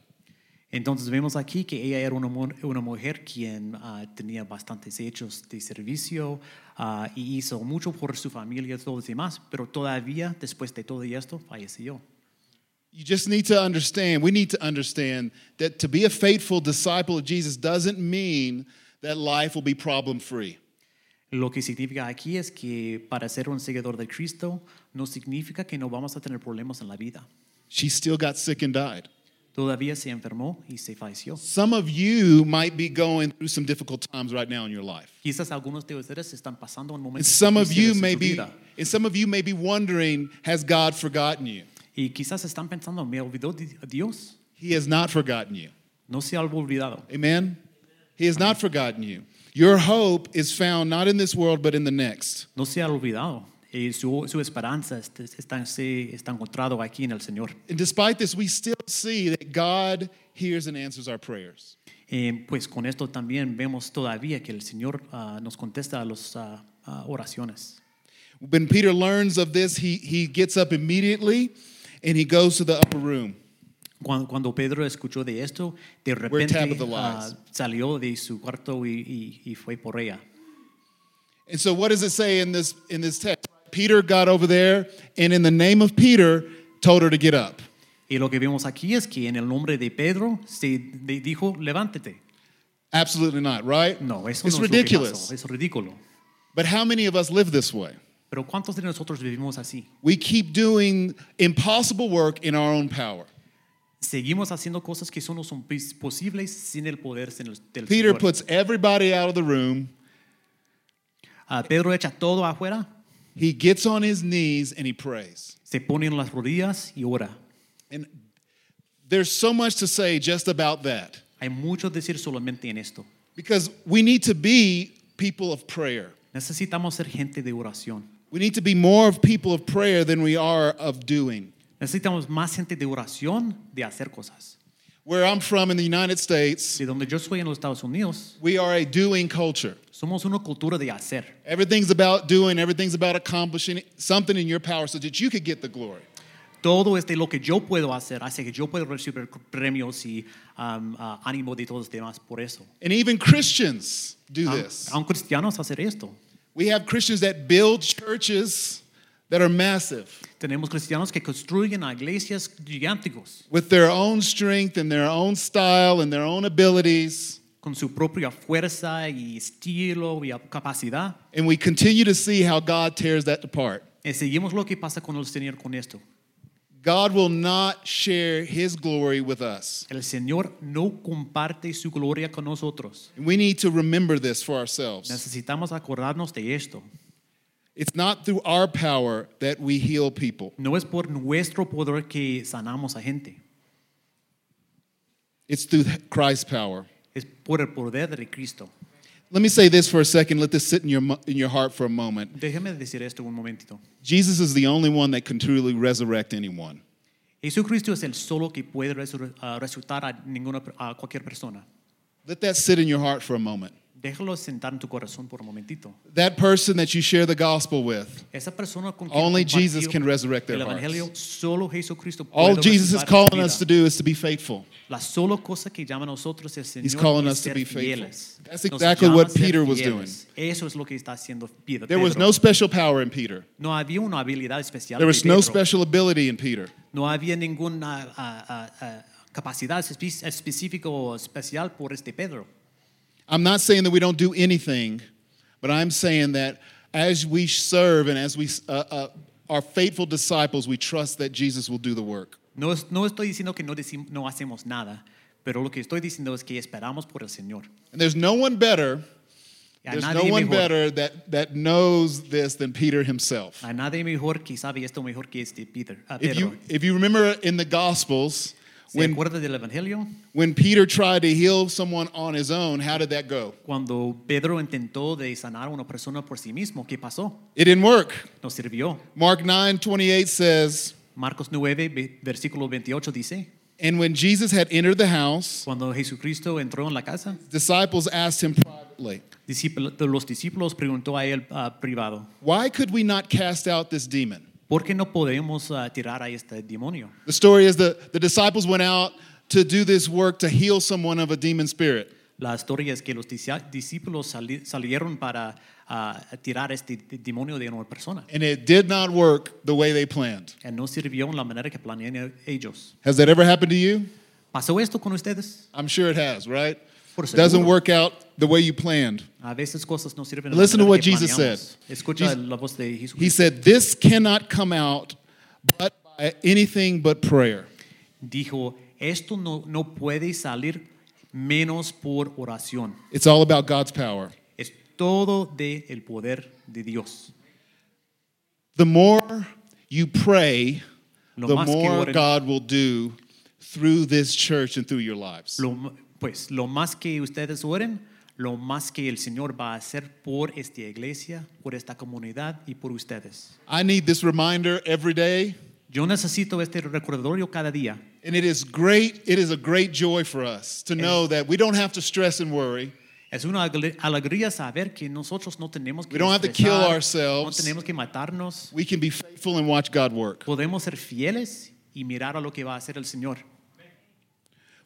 Speaker 4: Entonces vemos aquí que ella era una, mu- una mujer quien ah, tenía bastantes hechos de servicio ah, y hizo mucho por su familia y todo lo demás, pero todavía después de todo esto falleció.
Speaker 3: You just need to understand, we need to understand that to be a faithful disciple of Jesus doesn't mean that life will be problem free.
Speaker 4: Lo que significa aquí es que para ser un seguidor de Cristo no significa que no vamos a tener problemas en la vida.
Speaker 3: She still got sick and died.
Speaker 4: Todavía se enfermó y se falleció.
Speaker 3: Some of you might be going through some difficult times right now in your life.
Speaker 4: Quizás algunos de ustedes están pasando un
Speaker 3: And
Speaker 4: momento
Speaker 3: some of
Speaker 4: difícil
Speaker 3: you
Speaker 4: en su
Speaker 3: may be
Speaker 4: vida.
Speaker 3: and some of you may be wondering, has God forgotten you?
Speaker 4: Y quizás están pensando, me olvidó di- Dios.
Speaker 3: He has not forgotten you.
Speaker 4: No se ha olvidado.
Speaker 3: Amen. He has not forgotten you. Your hope is found not in this world but in the next.
Speaker 4: No se ha olvidado. Y su, su esperanza est- está, se está encontrado aquí en el Señor.
Speaker 3: And despite this, we still see that God hears and answers our prayers.
Speaker 4: Eh, pues con esto también vemos todavía que el Señor ah, nos contesta a las oraciones.
Speaker 3: When Peter learns of this, he, he gets up immediately and he goes to the upper room.
Speaker 4: Cuando, cuando Pedro escuchó de esto, de repente
Speaker 3: Tabitha lies.
Speaker 4: ah, salió de su cuarto y, y- y fue por ella.
Speaker 3: And so what does it say in this in this text? Peter got over there and in the name of Peter told her to get up.
Speaker 4: Y lo que vemos aquí es que en el nombre de Pedro se le dijo, levántate.
Speaker 3: Absolutely not, right?
Speaker 4: No, eso
Speaker 3: it's
Speaker 4: no es lo que
Speaker 3: ridiculous.
Speaker 4: pasó, es ridículo.
Speaker 3: But how many of us live this way?
Speaker 4: Pero ¿cuántos de nosotros vivimos así?
Speaker 3: We keep doing impossible work in our own power.
Speaker 4: Seguimos haciendo cosas que solo son pos- posibles sin el poder sin el- del
Speaker 3: Peter
Speaker 4: Señor.
Speaker 3: puts everybody out of the room.
Speaker 4: Ah, Pedro echa todo afuera,
Speaker 3: He gets on his knees and he prays.
Speaker 4: se pone en las rodillas y ora.
Speaker 3: And there's so much to say just about that
Speaker 4: Hay mucho decir solamente en esto.
Speaker 3: because we need to be people of prayer.
Speaker 4: Necesitamos ser gente de oración.
Speaker 3: We need to be more of people of prayer than we are of doing.
Speaker 4: Necesitamos más gente de oración de hacer cosas.
Speaker 3: Where I'm from in the United States,
Speaker 4: De donde yo soy en los Estados Unidos,
Speaker 3: we are a doing culture.
Speaker 4: somos una cultura de hacer.
Speaker 3: Everything's about doing, everything's about accomplishing something in your power so that you could get the glory.
Speaker 4: Todo es de lo que yo puedo hacer, así que yo puedo recibir premios y um, ah, ánimo de todos los demás por eso.
Speaker 3: And even Christians do
Speaker 4: Aun-
Speaker 3: this.
Speaker 4: Aun cristianos hacer esto.
Speaker 3: We have Christians that build churches that are massive
Speaker 4: Tenemos cristianos que construyen a iglesias gigánticos
Speaker 3: with their own strength and their own style and their own abilities.
Speaker 4: con su propia fuerza y estilo y capacidad.
Speaker 3: And we continue to see how God tears that apart.
Speaker 4: Y seguimos lo que pasa con el Señor con esto.
Speaker 3: God will not share his glory with us.
Speaker 4: El Señor no comparte su gloria con nosotros.
Speaker 3: And we need to remember this for ourselves.
Speaker 4: Necesitamos acordarnos de esto.
Speaker 3: It's not through our power that we heal people,
Speaker 4: No es por nuestro poder que sanamos a gente,
Speaker 3: it's through Christ's power.
Speaker 4: es por el poder de Cristo.
Speaker 3: Let me say this for a second. Let this sit in your, mo- in your heart for a moment.
Speaker 4: Déjeme decir esto un momentito.
Speaker 3: Jesus is the only one that can truly resurrect anyone.
Speaker 4: Jesucristo es el solo que puede resur- ah, resucitar a, ninguna, a cualquier persona.
Speaker 3: Let that sit in your heart for a moment.
Speaker 4: Déjalo sentar en tu corazón por un momentito.
Speaker 3: That person that you share the gospel with,
Speaker 4: Esa persona con quien
Speaker 3: only
Speaker 4: compartió
Speaker 3: Jesus can resurrect their
Speaker 4: el
Speaker 3: hearts.
Speaker 4: evangelio, solo Jesucristo puede
Speaker 3: all Jesus is
Speaker 4: resucitar su
Speaker 3: calling us to
Speaker 4: vida.
Speaker 3: do is to be faithful.
Speaker 4: La sola cosa que llama a nosotros el Señor
Speaker 3: He's calling
Speaker 4: es
Speaker 3: us to
Speaker 4: ser
Speaker 3: be faithful.
Speaker 4: fieles.
Speaker 3: That's
Speaker 4: Nos
Speaker 3: exactly
Speaker 4: llama a
Speaker 3: what
Speaker 4: ser
Speaker 3: Peter was
Speaker 4: fieles. Eso es lo que está haciendo Pedro.
Speaker 3: There was no special power in Peter,
Speaker 4: No había una habilidad especial.
Speaker 3: there
Speaker 4: de
Speaker 3: was no
Speaker 4: Pedro.
Speaker 3: special ability in Peter.
Speaker 4: No había ninguna ah, ah, ah, capacidad espe- específica o especial por este Pedro.
Speaker 3: I'm not saying that we don't do anything, but I'm saying that as we serve and as we uh, uh, are faithful disciples, we trust that Jesus will do the work.
Speaker 4: No, es- no estoy diciendo que no, decim- no hacemos nada, pero lo que estoy diciendo es que esperamos por el Señor.
Speaker 3: And there's no one better,
Speaker 4: Y A
Speaker 3: there's
Speaker 4: nadie,
Speaker 3: no one
Speaker 4: mejor,
Speaker 3: better that, that knows this than Peter himself.
Speaker 4: a nadie mejor que sabe esto mejor que este Peter, ah,
Speaker 3: If
Speaker 4: Pedro.
Speaker 3: you, if you remember in the Gospels,
Speaker 4: ¿Se
Speaker 3: when,
Speaker 4: acuerda del Evangelio?
Speaker 3: when Peter tried to heal someone on his own, how did that go?
Speaker 4: Cuando Pedro intentó de sanar a una persona por sí mismo, ¿qué pasó?
Speaker 3: It didn't work.
Speaker 4: No sirvió.
Speaker 3: Mark 9 28 says,
Speaker 4: Marcos 9, ve- versículo 28 dice,
Speaker 3: And when Jesus had entered the house,
Speaker 4: cuando Jesucristo entró en la casa,
Speaker 3: disciples asked him privately,
Speaker 4: discípulo- los discípulos preguntó a él ah, privado,
Speaker 3: Why could we not cast out this demon?
Speaker 4: ¿por qué no podemos ah, tirar a este demonio?
Speaker 3: The story is the, the disciples went out to do this work to heal someone of a demon spirit.
Speaker 4: La historia es que los disci- discípulos sali- salieron para ah, tirar este de- demonio de una persona.
Speaker 3: And it did not work the way they planned.
Speaker 4: Y no sirvió en la manera que planearon ellos.
Speaker 3: Has that ever happened to you?
Speaker 4: ¿Pasó esto con ustedes?
Speaker 3: I'm sure it has, right?
Speaker 4: Por
Speaker 3: Doesn't
Speaker 4: seguro.
Speaker 3: work out the way you planned.
Speaker 4: A veces cosas no sirven. de la
Speaker 3: Listen to
Speaker 4: manera
Speaker 3: what
Speaker 4: que
Speaker 3: Jesus said.
Speaker 4: planeamos. Escucha
Speaker 3: Jesus-
Speaker 4: la voz de Jesús.
Speaker 3: He said, This cannot come out but by anything but prayer.
Speaker 4: Dijo, esto no, no puede salir menos por oración.
Speaker 3: It's all about God's power.
Speaker 4: Es todo del el poder de Dios.
Speaker 3: The more you pray,
Speaker 4: Lo
Speaker 3: the
Speaker 4: más que
Speaker 3: more
Speaker 4: oren.
Speaker 3: God will do through this church and through your lives.
Speaker 4: Lo m- pues lo más que ustedes oren, lo más que el Señor va a hacer por esta iglesia, por esta comunidad y por ustedes.
Speaker 3: I need this reminder every day,
Speaker 4: Yo necesito este recordatorio cada día.
Speaker 3: and it is great. It is a great joy for us to know that we don't have to stress and worry.
Speaker 4: Es una agle- alegría saber que nosotros no tenemos que
Speaker 3: We don't have to kill
Speaker 4: estresar,
Speaker 3: ourselves.
Speaker 4: no tenemos que matarnos.
Speaker 3: We can be faithful and watch God work.
Speaker 4: Podemos ser fieles y mirar a lo que va a hacer el Señor.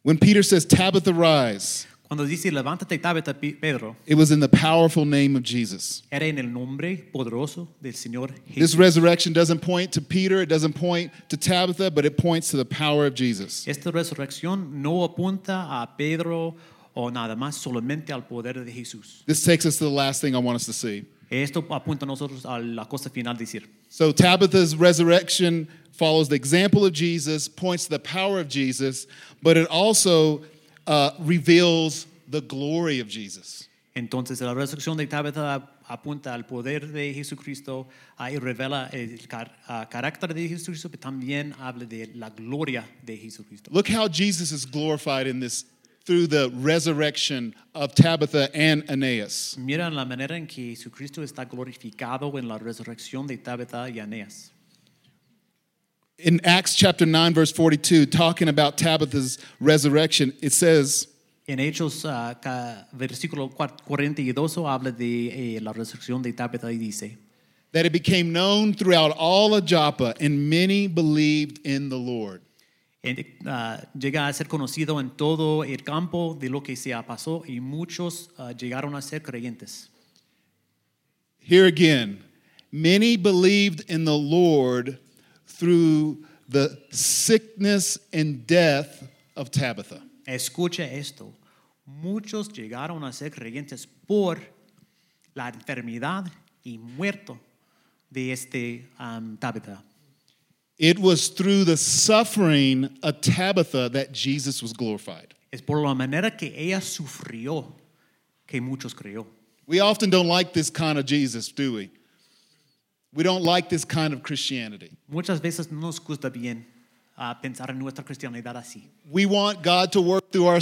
Speaker 3: When Peter says, Tabitha, rise,
Speaker 4: Cuando dice levántate Tabitha Pe- Pedro,
Speaker 3: it was in the powerful name of Jesus.
Speaker 4: era en el nombre poderoso del Señor Jesús.
Speaker 3: This resurrection doesn't point to Peter, it doesn't point to Tabitha, but it points to the power of Jesus.
Speaker 4: Esta resurrección no apunta a Pedro o nada más, solamente al poder de Jesús.
Speaker 3: This takes us to the last thing I want us to see.
Speaker 4: Esto apunta a nosotros a la cosa final, decir,
Speaker 3: So Tabitha's resurrection follows the example of Jesus, points to the power of Jesus, but it also uh, reveals the glory of Jesus.
Speaker 4: Entonces la resurrección de Tabitha apunta al poder de Jesucristo ah, y revela el car- ah, carácter de Jesucristo, pero también habla de la gloria de Jesucristo.
Speaker 3: Look how Jesus is glorified in this through the resurrection of Tabitha and Aeneas.
Speaker 4: Mira la manera en que Jesucristo está glorificado en la resurrección de Tabitha y Aeneas.
Speaker 3: In Acts chapter 9 verse 42 talking about Tabitha's resurrection, it says
Speaker 4: En Hechos, ah, ca- versículo cuar- 42, habla de eh, la resurrección de Tabitha y dice,
Speaker 3: that it became known throughout all of Joppa and many believed in the Lord.
Speaker 4: en- ah, llega a ser conocido en todo el campo de lo que se pasó y muchos ah, llegaron a ser creyentes.
Speaker 3: Here again, many believed in the Lord through the sickness and death of Tabitha.
Speaker 4: Escucha esto. Muchos llegaron a ser creyentes por la enfermedad y muerto de este um, Tabitha.
Speaker 3: It was through the suffering of Tabitha that Jesus was glorified.
Speaker 4: Es por la manera que ella sufrió que muchos creyó.
Speaker 3: We often don't like this kind of Jesus, do we? We don't like this kind of Christianity.
Speaker 4: Muchas veces no nos gusta bien ah, pensar en nuestra cristianidad así.
Speaker 3: We want God to work through our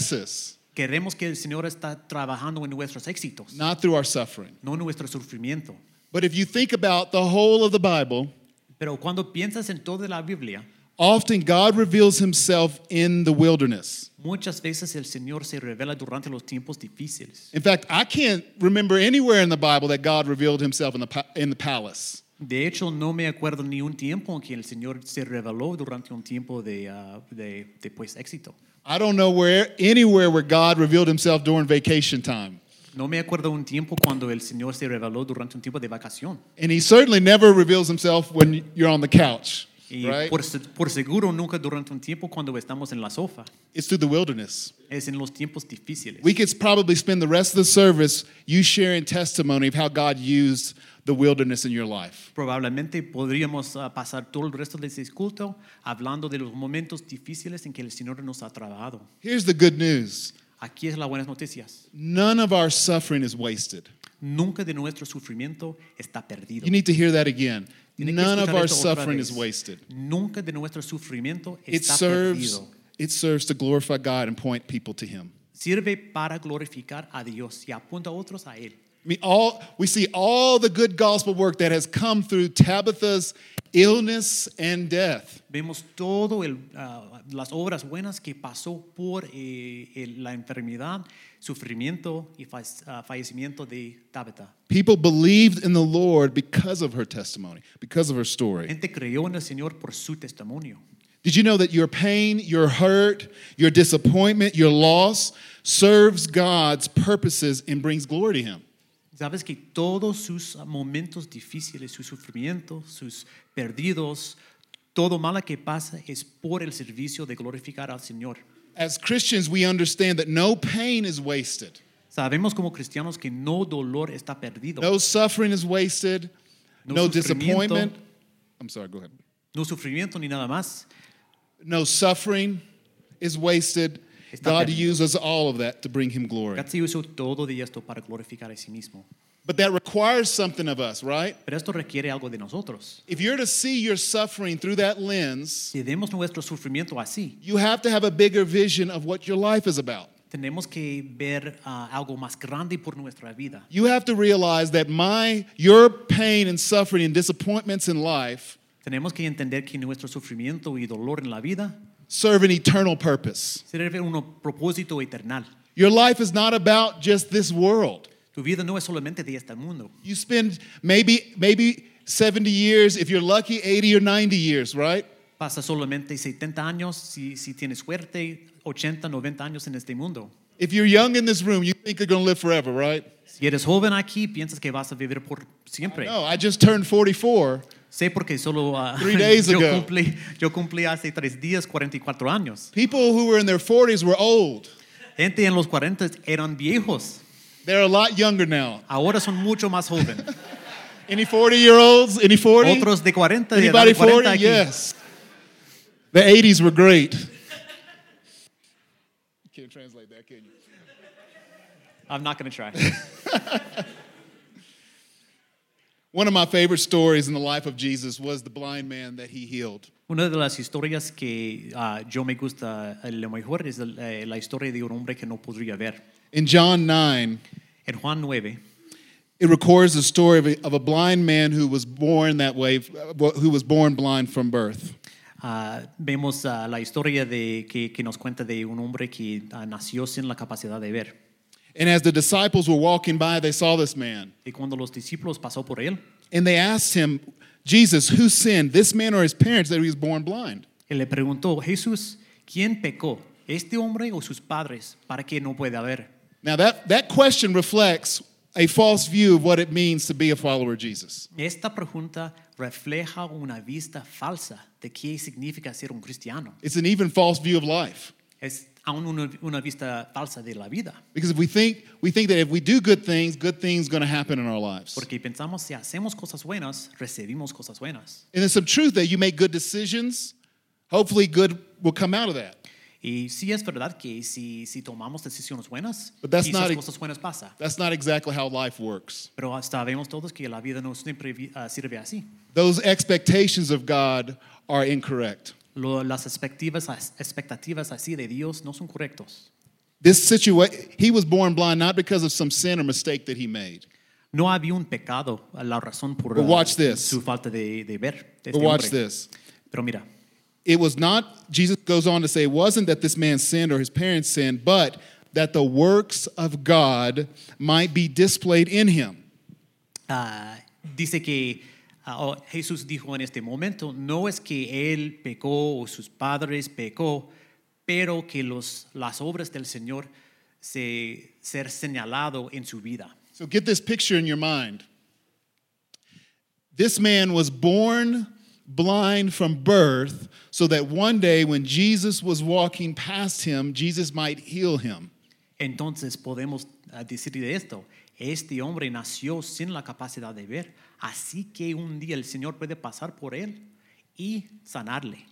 Speaker 3: successes,
Speaker 4: Queremos que el Señor está trabajando en nuestros éxitos,
Speaker 3: not through our suffering.
Speaker 4: no en nuestro sufrimiento.
Speaker 3: But if you think about the whole of the Bible,
Speaker 4: Pero cuando piensas en toda la Biblia,
Speaker 3: often God reveals himself in the wilderness.
Speaker 4: muchas veces el Señor se revela durante los tiempos difíciles.
Speaker 3: In fact, I can't remember anywhere in the Bible that God revealed himself in the, pa- in the palace.
Speaker 4: De hecho, no me acuerdo ni un tiempo en que el Señor se reveló durante un tiempo de, ah, de, de, pues, éxito.
Speaker 3: I don't know where anywhere where God revealed himself during vacation time.
Speaker 4: No me acuerdo un tiempo cuando el Señor se reveló durante un tiempo de vacación.
Speaker 3: And he certainly never reveals himself when you're on the couch,
Speaker 4: Y
Speaker 3: right?
Speaker 4: por, se- por seguro nunca durante un tiempo cuando estamos en la sofa.
Speaker 3: It's through the wilderness.
Speaker 4: Es en los tiempos difíciles.
Speaker 3: We could probably spend the rest of the service you sharing testimony of how God used the wilderness in your life.
Speaker 4: Probablemente podríamos ah, pasar todo el resto de este culto hablando de los momentos difíciles en que el Señor nos ha trabajado.
Speaker 3: Here's the good news.
Speaker 4: Aquí es las buenas noticias.
Speaker 3: None of our suffering is wasted.
Speaker 4: Nunca de nuestro sufrimiento está perdido.
Speaker 3: You need to hear that again.
Speaker 4: Tiene que
Speaker 3: None of
Speaker 4: escuchar
Speaker 3: our
Speaker 4: esto otra
Speaker 3: suffering
Speaker 4: vez.
Speaker 3: is wasted.
Speaker 4: Nunca de nuestro sufrimiento
Speaker 3: it
Speaker 4: está
Speaker 3: serves
Speaker 4: perdido.
Speaker 3: it serves to glorify God and point people to him.
Speaker 4: Sirve para glorificar a Dios y apunta a otros a Él.
Speaker 3: I mean all we see all the good gospel work that has come through Tabitha's illness and death.
Speaker 4: Vemos todo el, ah, las obras buenas que pasó por eh, el- la enfermedad, sufrimiento y fa- ah, fallecimiento de Tabitha.
Speaker 3: People believed in the Lord because of her testimony, because of her
Speaker 4: La
Speaker 3: story.
Speaker 4: gente creyó en el Señor por su testimonio.
Speaker 3: Did you know that your pain, your hurt, your disappointment, your loss serves God's purposes and brings glory to him?
Speaker 4: Sabes que todos sus momentos difíciles, sus sufrimientos, sus perdidos, todo malo que pasa es por el servicio de glorificar al Señor.
Speaker 3: As Christians, we understand that no pain is wasted.
Speaker 4: Sabemos como cristianos que no dolor está perdido.
Speaker 3: No suffering is wasted.
Speaker 4: No
Speaker 3: No,
Speaker 4: sufrimiento.
Speaker 3: disappointment. I'm sorry, go ahead.
Speaker 4: No sufrimiento ni nada más.
Speaker 3: No suffering is wasted.
Speaker 4: Está
Speaker 3: God
Speaker 4: perdido.
Speaker 3: uses all of that to bring him glory.
Speaker 4: God se usó todo de esto para glorificar a sí mismo.
Speaker 3: But that requires something of us, right?
Speaker 4: Pero esto requiere algo de nosotros.
Speaker 3: If you're to see your suffering through that lens,
Speaker 4: Si vemos nuestro sufrimiento así,
Speaker 3: you have to have a bigger vision of what your life is about.
Speaker 4: tenemos que ver ah, algo más grande por nuestra vida.
Speaker 3: You have to realize that my your pain and suffering and disappointments in life
Speaker 4: Tenemos que entender que nuestro sufrimiento y dolor en la vida
Speaker 3: serve an eternal purpose.
Speaker 4: sirve a un propósito eternal.
Speaker 3: Your life is not about just this world.
Speaker 4: Tu vida no es solamente de este mundo.
Speaker 3: You spend maybe maybe 70 years if you're lucky 80 or 90 years, right?
Speaker 4: Pasa solamente 70 años, si, si tienes suerte, 80, 90 años en este mundo.
Speaker 3: If you're young in this room, you think you're going to live forever, right?
Speaker 4: Si eres joven aquí, piensas que vas a vivir por siempre.
Speaker 3: No, I just turned 44.
Speaker 4: Sé porque solo ah,
Speaker 3: Three days
Speaker 4: yo,
Speaker 3: ago.
Speaker 4: cumplí, yo cumplí hace tres días 44 años.
Speaker 3: People who were in their 40s were old.
Speaker 4: Gente en los 40 eran viejos,
Speaker 3: They're a lot younger now.
Speaker 4: ahora son mucho más jóvenes.
Speaker 3: Any 40-year-olds? Any 40?
Speaker 4: Otros de 40, de edad
Speaker 3: Anybody
Speaker 4: de 40
Speaker 3: 40?
Speaker 4: aquí.
Speaker 3: Yes. The 80s were great. You can't translate that, can you?
Speaker 4: I'm not gonna try.
Speaker 3: One of my favorite stories in the life of Jesus was the blind man that he healed.
Speaker 4: Una de las historias que ah, yo me gusta a lo mejor es el, eh, la historia de un hombre que no podría ver.
Speaker 3: In John 9,
Speaker 4: En Juan 9
Speaker 3: it records the story of a, of a blind man who was born that way, who was born blind from birth.
Speaker 4: ah, vemos ah, la historia de, que, que nos cuenta de un hombre que ah, nació sin la capacidad de ver.
Speaker 3: And as the disciples were walking by, they saw this man.
Speaker 4: Y cuando los discípulos pasó por él,
Speaker 3: And they asked him, Jesus, who sinned, this man or his parents, that he was born blind?
Speaker 4: él le preguntó, Jesús, ¿quién pecó? ¿Este hombre o sus padres para que no pueda ver?
Speaker 3: Now, that, that question reflects a false view of what it means to be a follower of Jesus.
Speaker 4: Esta pregunta refleja una vista falsa de qué significa ser un cristiano.
Speaker 3: It's an even false view of life.
Speaker 4: Es aún una, una vista falsa de la vida.
Speaker 3: Because if we think, we think that if we do good things, good things going to happen in our lives.
Speaker 4: Porque pensamos si hacemos cosas buenas, recibimos cosas buenas.
Speaker 3: And there's some truth that you make good decisions, hopefully, good will come out of that.
Speaker 4: Y sí es verdad que si, si tomamos decisiones buenas,
Speaker 3: But that's
Speaker 4: quizás
Speaker 3: not-
Speaker 4: cosas buenas pasan.
Speaker 3: That's not exactly how life works.
Speaker 4: Pero sabemos todos que la vida no siempre vi- ah, sirve así.
Speaker 3: Those expectations of God are incorrect.
Speaker 4: Lo- las expectativas, as- expectativas así de Dios no son correctos.
Speaker 3: This situation, he was born blind not because of some sin or mistake that he made.
Speaker 4: No había un pecado, la razón por
Speaker 3: But
Speaker 4: ah,
Speaker 3: watch this.
Speaker 4: su falta de, de ver. de
Speaker 3: But
Speaker 4: este
Speaker 3: watch
Speaker 4: hombre.
Speaker 3: this.
Speaker 4: Pero mira,
Speaker 3: It was not, Jesus goes on to say, it wasn't that this man sinned or his parents sinned, but that the works of God might be displayed in him.
Speaker 4: ah, dice que ah, oh, Jesús dijo en este momento, no es que él pecó o sus padres pecó, pero que los, las obras del Señor se ser señalado en su vida.
Speaker 3: So get this picture in your mind. This man was born blind from birth so that one day when Jesus was walking past him, Jesus might heal him.
Speaker 4: Entonces podemos ah, decir de esto, este hombre nació sin la capacidad de ver, así que un día el Señor puede pasar por él y sanarle.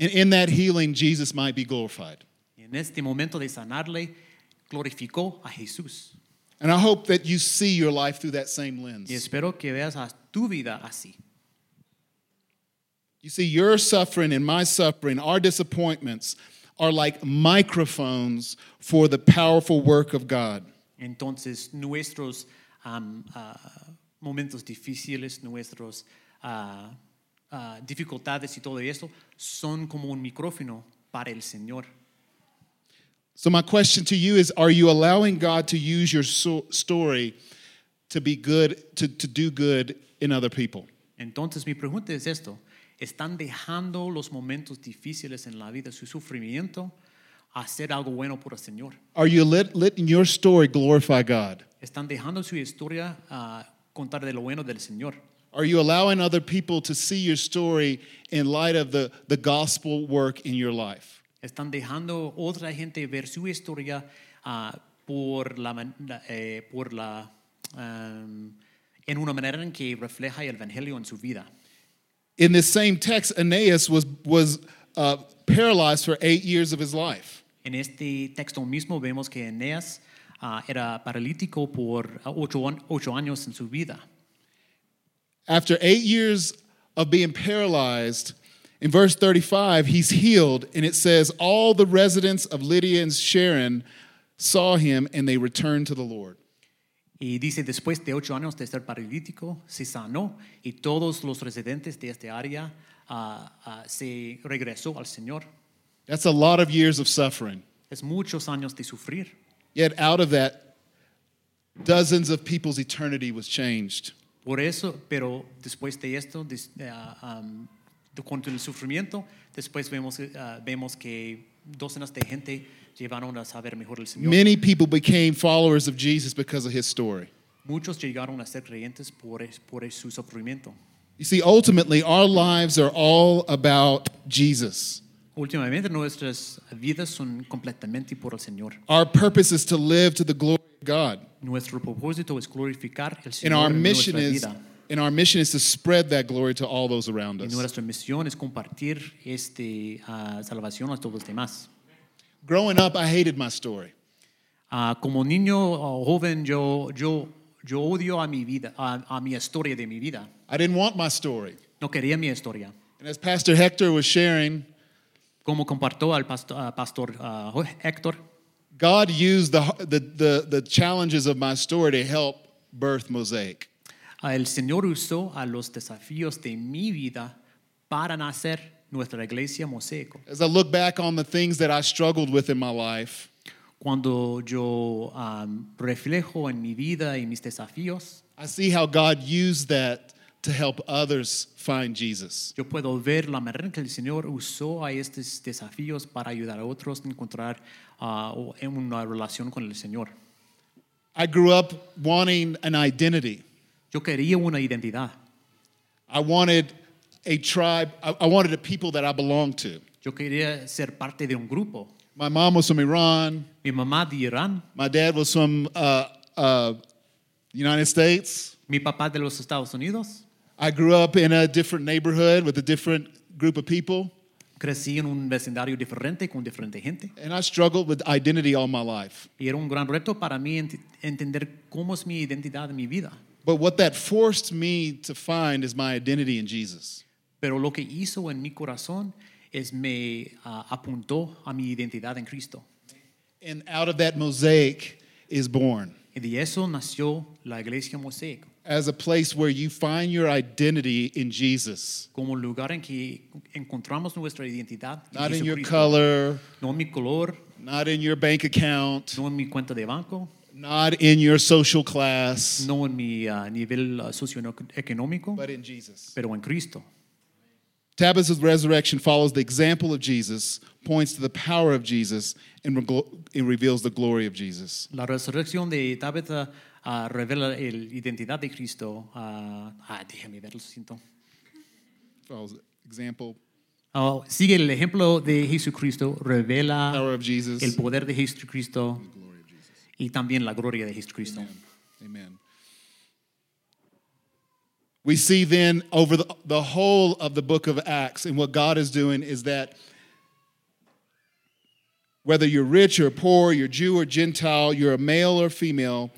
Speaker 3: And in that healing, Jesus might be glorified.
Speaker 4: Y en este momento de sanarle, glorificó a Jesús.
Speaker 3: And I hope that you see your life through that same
Speaker 4: Y
Speaker 3: lens.
Speaker 4: espero que veas a tu vida así.
Speaker 3: You see, your suffering and my suffering, our disappointments, are like microphones for the powerful work of God.
Speaker 4: Entonces, nuestros am, ah, momentos difíciles, nuestras dificultades y todo eso son como un micrófono para el Señor.
Speaker 3: So, my question to you is Are you allowing God to use your so- story to be good, to, to do good in other people?
Speaker 4: Entonces, mi pregunta es esto. ¿Están dejando los momentos difíciles en la vida, su sufrimiento, hacer algo bueno por el Señor?
Speaker 3: Are you let, letting your story glorify God?
Speaker 4: ¿Están dejando su historia ah, contar de lo bueno del Señor?
Speaker 3: Are you allowing other people to see your story in light of the, the gospel work in your life?
Speaker 4: Están dejando otra gente ver su historia ah, por la, man- la- eh, por la, um, en una manera en que refleja el Evangelio en su vida.
Speaker 3: In this same text, Aeneas was, was uh, paralyzed for eight years of his life.
Speaker 4: En este texto mismo vemos que Eneas ah, era paralítico por ah, ocho, an- ocho años en su vida.
Speaker 3: After eight years of being paralyzed, in verse 35, he's healed, and it says, All the residents of Lydia and Sharon saw him, and they returned to the Lord.
Speaker 4: Y dice, después de ocho años de ser paralítico, se sanó y todos los residentes de este área ah, ah, se regresó al Señor.
Speaker 3: That's a lot of years of suffering.
Speaker 4: Es muchos años de sufrir,
Speaker 3: Yet out of that, dozens of people's eternity was changed.
Speaker 4: Por eso, pero después de esto, des- eh, ah, um, de- con el sufrimiento, después vemos, eh, ah, vemos que docenas de gente llevaron a saber mejor el Señor.
Speaker 3: Many people became followers of Jesus because of his story.
Speaker 4: Muchos llegaron a ser creyentes por, es- por su sufrimiento.
Speaker 3: You see, ultimately, our lives are all about Jesus.
Speaker 4: Últimamente nuestras vidas son completamente por el Señor.
Speaker 3: Our purpose is to live to the glory of God.
Speaker 4: Nuestro propósito es glorificar el Señor
Speaker 3: And our
Speaker 4: en
Speaker 3: mission
Speaker 4: nuestra
Speaker 3: is
Speaker 4: vida.
Speaker 3: and our mission is to spread that glory to all those around
Speaker 4: Y
Speaker 3: us.
Speaker 4: nuestra misión es compartir esta salvación a todos los demás.
Speaker 3: Growing up, I hated my story.
Speaker 4: Ah, como niño o joven, yo, yo, yo odio a mi vida, a, a mi historia de mi vida.
Speaker 3: I didn't want my story.
Speaker 4: No quería mi historia.
Speaker 3: And as Pastor Hector was sharing,
Speaker 4: Como compartió al pasto- ah, pastor ah, Jo- Héctor,
Speaker 3: God used the, the, the, the challenges of my story to help birth Mosaic.
Speaker 4: ah, el Señor usó a los desafíos de mi vida para nacer nuestra iglesia mosaico.
Speaker 3: As I look back on the things that I struggled with in my life,
Speaker 4: Cuando yo ah, reflejo en mi vida y mis desafíos,
Speaker 3: I see how God used that to help others find Jesus.
Speaker 4: yo puedo ver la manera en que el Señor usó a estos desafíos para ayudar a otros a encontrar ah, o- en una relación con el Señor.
Speaker 3: I grew up wanting an identity.
Speaker 4: Yo quería una identidad.
Speaker 3: I wanted a tribe, I, I wanted a people that I belonged to.
Speaker 4: Yo quería ser parte de un grupo.
Speaker 3: My mom was from Iran,
Speaker 4: Mi mamá de Irán,
Speaker 3: my dad was from uh, uh, United States.
Speaker 4: mi papá de los Estados Unidos.
Speaker 3: I grew up in a different neighborhood with a different group of people,
Speaker 4: Crecí en un vecindario diferente con diferente gente.
Speaker 3: and I struggled with identity all my life.
Speaker 4: Y era un gran reto para mí ent- entender cómo es mi identidad en mi vida.
Speaker 3: But what that forced me to find is my identity in Jesus.
Speaker 4: Pero lo que hizo en mi corazón es me ah, apuntó a mi identidad en Cristo.
Speaker 3: And out of that mosaic is born
Speaker 4: Y de eso nació la iglesia mosaico,
Speaker 3: as a place where you find your identity in Jesus,
Speaker 4: como lugar en que encontramos nuestra identidad. en
Speaker 3: not in your
Speaker 4: Jesucristo.
Speaker 3: color,
Speaker 4: No en mi color,
Speaker 3: not in your bank account,
Speaker 4: no en mi cuenta de banco,
Speaker 3: not in your social class,
Speaker 4: no en mi ah, nivel ah, socioeconómico,
Speaker 3: but in Jesus.
Speaker 4: pero en Cristo.
Speaker 3: Tabitha's resurrection follows the example of Jesus, points to the power of Jesus, and, reglo- and reveals the glory of Jesus.
Speaker 4: La resurrección de Tabitha ah, revela la identidad de Cristo. ah, ah, déjame verlo, siento.
Speaker 3: Follows the example,
Speaker 4: Ah, sigue el ejemplo de Jesucristo,
Speaker 3: power
Speaker 4: revela
Speaker 3: of Jesus.
Speaker 4: el poder de Jesucristo y también la gloria de Jesucristo.
Speaker 3: Amen. We see then over the, the whole of the book of Acts, and what God is doing is that whether you're rich or poor, you're Jew or Gentile, you're a male or female,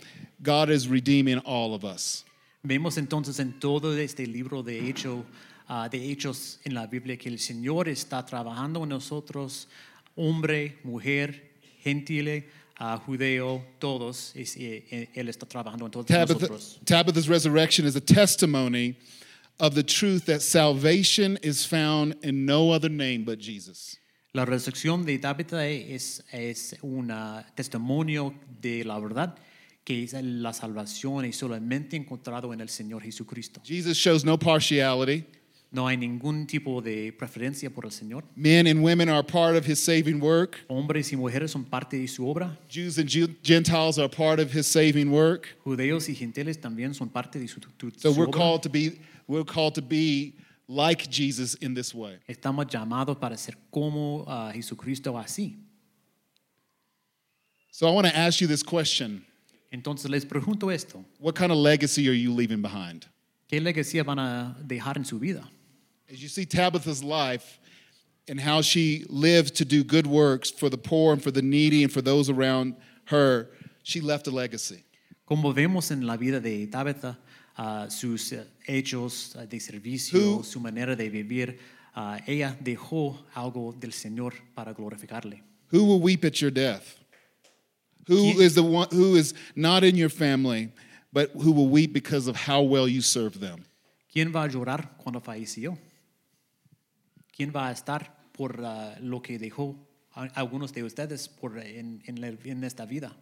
Speaker 3: God is redeeming all of us.
Speaker 4: Vemos entonces en todo este libro de, hecho, ah, de hechos en la Biblia que el Señor está trabajando en nosotros, hombre, mujer, gentile, ah, judeo, todos, es- eh, eh, Él está trabajando en todos
Speaker 3: Tabitha,
Speaker 4: nosotros.
Speaker 3: Tabitha's resurrection is a testimony of the truth that salvation is found in no other name but Jesus.
Speaker 4: La resurrección de Tabitha es, es un testimonio de la verdad que es la salvación es solamente encontrado en el Señor Jesucristo.
Speaker 3: Jesus shows no partiality.
Speaker 4: No hay ningún tipo de preferencia por el Señor.
Speaker 3: Men and women are part of his saving work.
Speaker 4: Hombres y mujeres son parte de su obra.
Speaker 3: Jews and Ju- Gentiles are part of his saving work.
Speaker 4: Judeos y gentiles también son parte de su, tu-
Speaker 3: So
Speaker 4: su
Speaker 3: we're
Speaker 4: obra.
Speaker 3: called to be we're called to be like Jesus in this way.
Speaker 4: Estamos llamados para ser como ah, Jesucristo así.
Speaker 3: So I want to ask you this question
Speaker 4: Entonces les pregunto esto,
Speaker 3: What kind of legacy are you leaving behind?
Speaker 4: ¿qué legacía van a dejar en su vida?
Speaker 3: As you see Tabitha's life and how she lived to do good works for the poor and for the needy and for those around her, she left a legacy.
Speaker 4: Como vemos en la vida de Tabitha, ah, sus eh, hechos ah, de servicio,
Speaker 3: Who-
Speaker 4: su manera de vivir, ah, ella dejó algo del Señor para glorificarle.
Speaker 3: Who will weep at your death? Who is the one who is not in your family, but who will weep because of how well you serve them?
Speaker 4: ¿Quién va a llorar cuando falleció? ¿Quién va a estar por ah, lo que dejó a- algunos de ustedes por, eh, en- en la- en esta vida?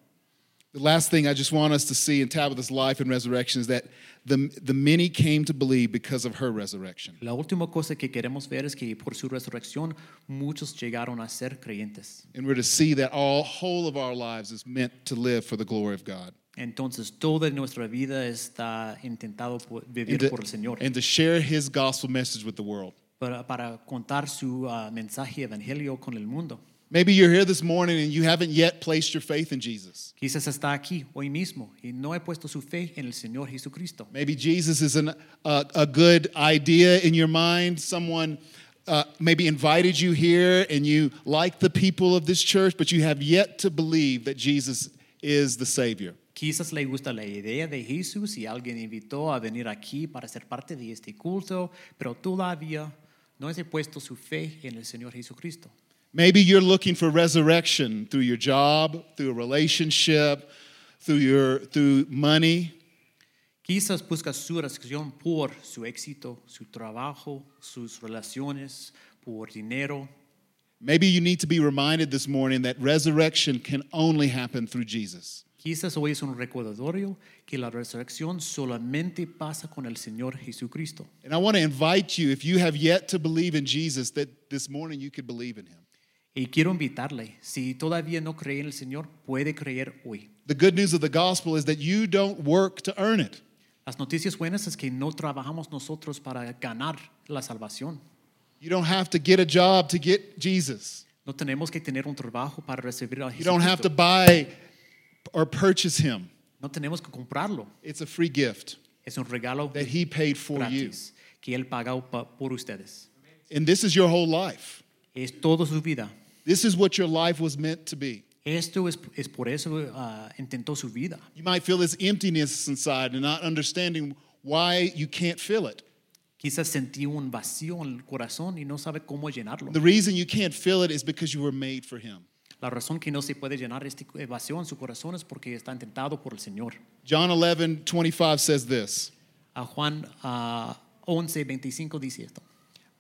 Speaker 3: The last thing I just want us to see in Tabitha's life and resurrection is that the, the many came to believe because of her resurrection.
Speaker 4: La última cosa que queremos ver es que por su resurrección muchos llegaron a ser creyentes.
Speaker 3: And we're to see that all whole of our lives is meant to live for the glory of God.
Speaker 4: Entonces toda nuestra vida está intentado por-
Speaker 3: And
Speaker 4: vivir por el
Speaker 3: to,
Speaker 4: Señor
Speaker 3: and to share his gospel message with the world.
Speaker 4: para, para contar su ah, mensaje evangelio con el mundo.
Speaker 3: Maybe you're here this morning and you haven't yet placed your faith in Jesus.
Speaker 4: Quizás está aquí hoy mismo y no he puesto su fe en el Señor Jesucristo.
Speaker 3: Maybe Jesus is an, a, a good idea in your mind. Someone uh, maybe invited you here and you like the people of this church, but you have yet to believe that Jesus is the Savior.
Speaker 4: Quizás le gusta la idea de Jesús y alguien invitó a venir aquí para ser parte de este culto, pero todavía no he puesto su fe en el Señor Jesucristo.
Speaker 3: Maybe you're looking for resurrection through your job, through a relationship, through your through money.
Speaker 4: Quizás busca su resurrección por su éxito, su trabajo, sus relaciones, por dinero.
Speaker 3: Maybe you need to be reminded this morning that resurrection can only happen through Jesus.
Speaker 4: Quizás hoy es un recordatorio que la resurrección solamente pasa con el Señor Jesucristo.
Speaker 3: And I want to invite you, if you have yet to believe in Jesus, that this morning you could believe in him.
Speaker 4: Y quiero invitarle, si todavía no cree en el Señor, puede creer hoy.
Speaker 3: The good news of the gospel is that you don't work to earn it.
Speaker 4: Las noticias buenas es que no trabajamos nosotros para ganar la salvación.
Speaker 3: You don't have to get a job to get Jesus.
Speaker 4: No tenemos que tener un trabajo para recibir a
Speaker 3: You don't have to
Speaker 4: Jesucristo.
Speaker 3: buy or purchase him.
Speaker 4: No tenemos que comprarlo.
Speaker 3: It's a free gift
Speaker 4: Es un regalo
Speaker 3: that he paid for you.
Speaker 4: gratis que Él pagó pa- por ustedes.
Speaker 3: And this is your whole life.
Speaker 4: Es toda su vida.
Speaker 3: This is what your life was meant to be.
Speaker 4: Esto es, es por eso ah, intentó su vida.
Speaker 3: You might feel this emptiness inside and not understanding why you can't fill it.
Speaker 4: Quizás sentí un vacío en el corazón y no sabe cómo llenarlo.
Speaker 3: The reason you can't fill it is because you were made for him.
Speaker 4: La razón que no se puede llenar este vacío en su corazón es porque está intentado por el Señor.
Speaker 3: John 11, 25 says this
Speaker 4: A Juan ah, 11, 25 dice esto.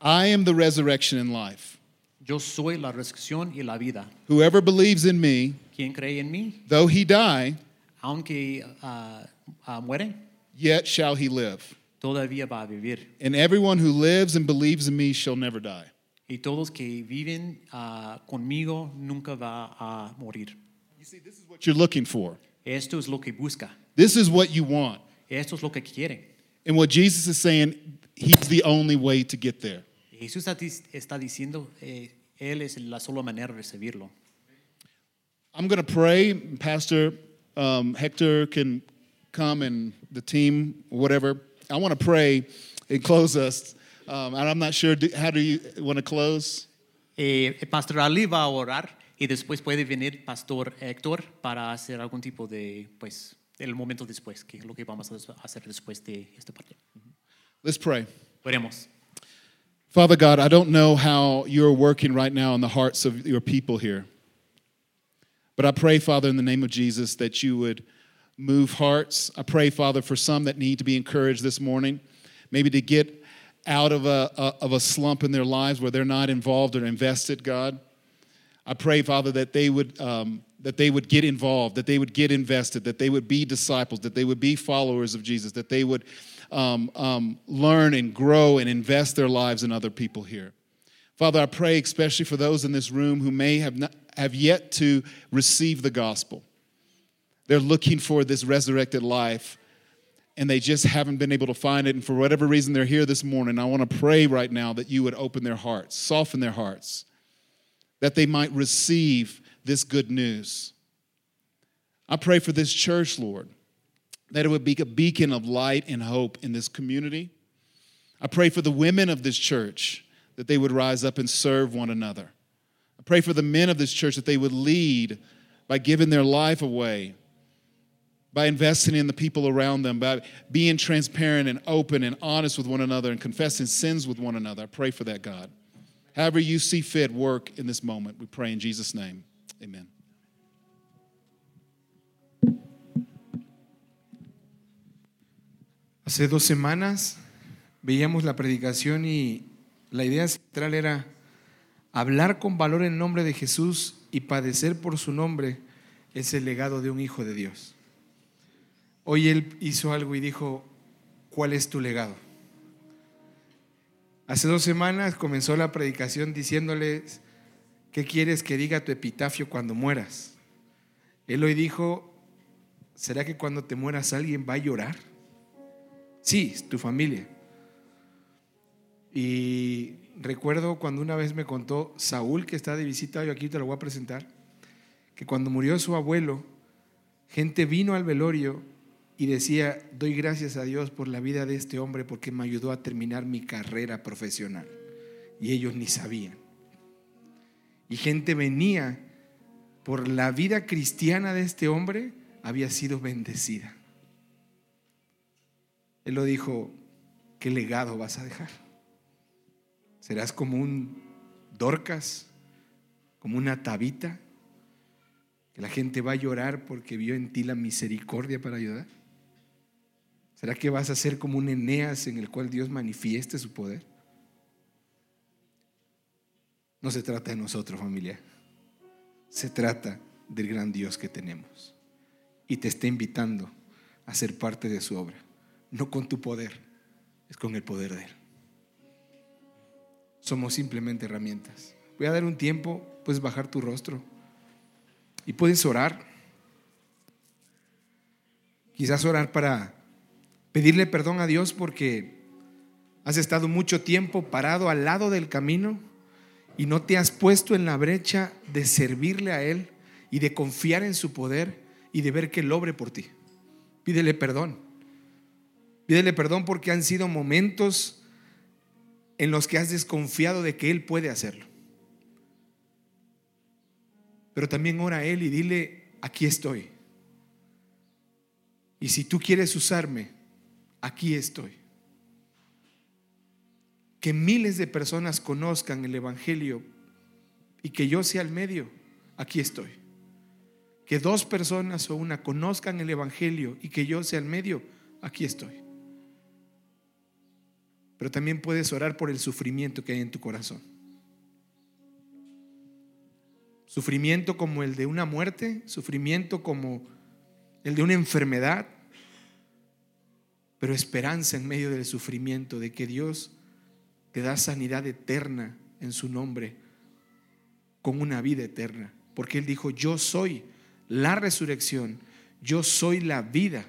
Speaker 3: I am the resurrection and life.
Speaker 4: Yo soy la resurrección y la vida.
Speaker 3: Whoever believes in me,
Speaker 4: Quien cree en mí,
Speaker 3: though he die,
Speaker 4: aunque ah, ah, muere,
Speaker 3: yet shall he live.
Speaker 4: todavía va a vivir.
Speaker 3: And everyone who lives and believes in me shall never die.
Speaker 4: Y todos que viven ah, conmigo nunca va a morir.
Speaker 3: What you're looking for.
Speaker 4: Esto es lo que busca.
Speaker 3: This is what you want.
Speaker 4: Esto es lo que quiere.
Speaker 3: And what Jesus is saying, he's the only way to get there.
Speaker 4: Jesús está dis- está diciendo, eh, Él es la sola manera de recibirlo.
Speaker 3: I'm going to pray. Pastor um, Hector can come and the team, whatever. I want to pray and close us. Um, and I'm not sure, do, how do you want to close?
Speaker 4: Eh, Pastor Ali va a orar y después puede venir Pastor Héctor para hacer algún tipo de, pues, el momento después, que es lo que vamos a des- hacer después de esta parte.
Speaker 3: Let's pray.
Speaker 4: Veremos.
Speaker 3: Father God, I don't know how you're working right now in the hearts of your people here. But I pray, Father, in the name of Jesus, that you would move hearts. I pray, Father, for some that need to be encouraged this morning, maybe to get out of a, a- of a slump in their lives where they're not involved or invested, God. I pray, Father, that they would um, that they would get involved, that they would get invested, that they would be disciples, that they would be followers of Jesus, that they would um, um, learn and grow and invest their lives in other people here. Father, I pray especially for those in this room who may have not, have yet to receive the gospel. They're looking for this resurrected life and they just haven't been able to find it. And for whatever reason, they're here this morning. I want to pray right now that you would open their hearts, soften their hearts, that they might receive this good news, I pray for this church, Lord, that it would be a beacon of light and hope in this community. I pray for the women of this church that they would rise up and serve one another. I pray for the men of this church that they would lead by giving their life away, by investing in the people around them, by being transparent and open and honest with one another and confessing sins with one another. I pray for that, God. However, you see fit, work in this moment. We pray in Jesus' name. Amen.
Speaker 2: Hace dos semanas veíamos la predicación y la idea central era hablar con valor en nombre de Jesús y padecer por su nombre es el legado de un hijo de Dios. Hoy él hizo algo y dijo, ¿cuál es tu legado? Hace dos semanas comenzó la predicación diciéndoles, ¿qué quieres que diga tu epitafio cuando mueras? Él hoy dijo, ¿será que cuando te mueras alguien va a llorar? Sí, tu familia. Y recuerdo cuando una vez me contó Saúl, que está de visita, yo aquí te lo voy a presentar, que cuando murió su abuelo, gente vino al velorio y decía, doy gracias a Dios por la vida de este hombre porque me ayudó a terminar mi carrera profesional. Y ellos ni sabían. Y gente venía por la vida cristiana de este hombre, había sido bendecida. Él lo dijo, ¿qué legado vas a dejar? ¿Serás como un Dorcas? ¿Como una Tabita? ¿Que la gente va a llorar porque vio en ti la misericordia para ayudar? ¿Será que vas a ser como un Eneas en el cual Dios manifieste su poder? No se trata de nosotros, familia. Se trata del gran Dios que tenemos. Y te está invitando a ser parte de su obra. No con tu poder, es con el poder de Él somos simplemente herramientas. Voy a dar un tiempo, puedes bajar tu rostro y puedes orar. Quizás orar para pedirle perdón a Dios porque has estado mucho tiempo parado al lado del camino y no te has puesto en la brecha de servirle a Él y de confiar en su poder y de ver que Él obre por ti. Pídele perdón. Pídele perdón porque han sido momentos en los que has desconfiado de que Él puede hacerlo. Pero también ora a Él y dile, aquí estoy. Y si tú quieres usarme, aquí estoy. Que miles de personas conozcan el Evangelio y que yo sea el medio, aquí estoy. Que dos personas o una conozcan el Evangelio y que yo sea el medio, aquí estoy pero también puedes orar por el sufrimiento que hay en tu corazón. Sufrimiento como el de una muerte, sufrimiento como el de una enfermedad, pero esperanza en medio del sufrimiento de que Dios te da sanidad eterna en su nombre, con una vida eterna, porque Él dijo, yo soy la resurrección, yo soy la vida.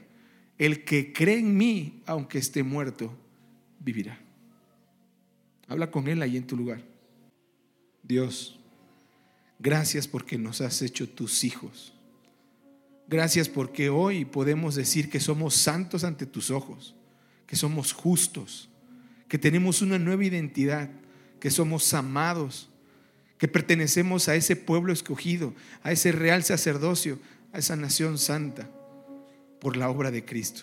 Speaker 2: El que cree en mí, aunque esté muerto, vivirá. Habla con Él ahí en tu lugar. Dios, gracias porque nos has hecho tus hijos. Gracias porque hoy podemos decir que somos santos ante tus ojos, que somos justos, que tenemos una nueva identidad, que somos amados, que pertenecemos a ese pueblo escogido, a ese real sacerdocio, a esa nación santa, por la obra de Cristo.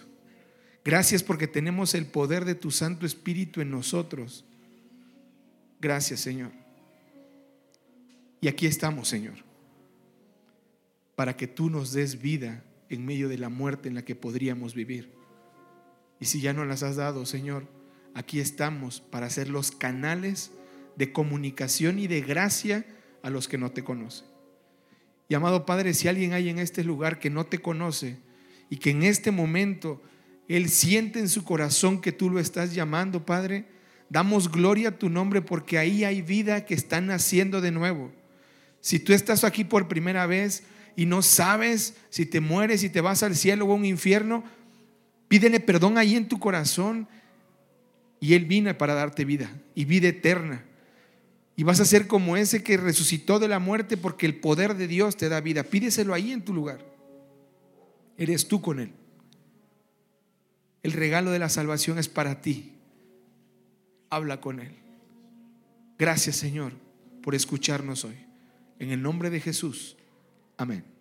Speaker 2: Gracias porque tenemos el poder de tu Santo Espíritu en nosotros. Gracias, Señor. Y aquí estamos, Señor, para que tú nos des vida en medio de la muerte en la que podríamos vivir. Y si ya no las has dado, Señor, aquí estamos para ser los canales de comunicación y de gracia a los que no te conocen. Y amado Padre, si alguien hay en este lugar que no te conoce y que en este momento él siente en su corazón que tú lo estás llamando, Padre. Damos gloria a tu nombre porque ahí hay vida que está naciendo de nuevo. Si tú estás aquí por primera vez y no sabes si te mueres, si te vas al cielo o a un infierno, pídele perdón ahí en tu corazón. Y Él vino para darte vida y vida eterna. Y vas a ser como ese que resucitó de la muerte porque el poder de Dios te da vida. Pídeselo ahí en tu lugar. eres tú con Él. El regalo de la salvación es para ti. Habla con Él. Gracias Señor por escucharnos hoy. En el nombre de Jesús. Amén.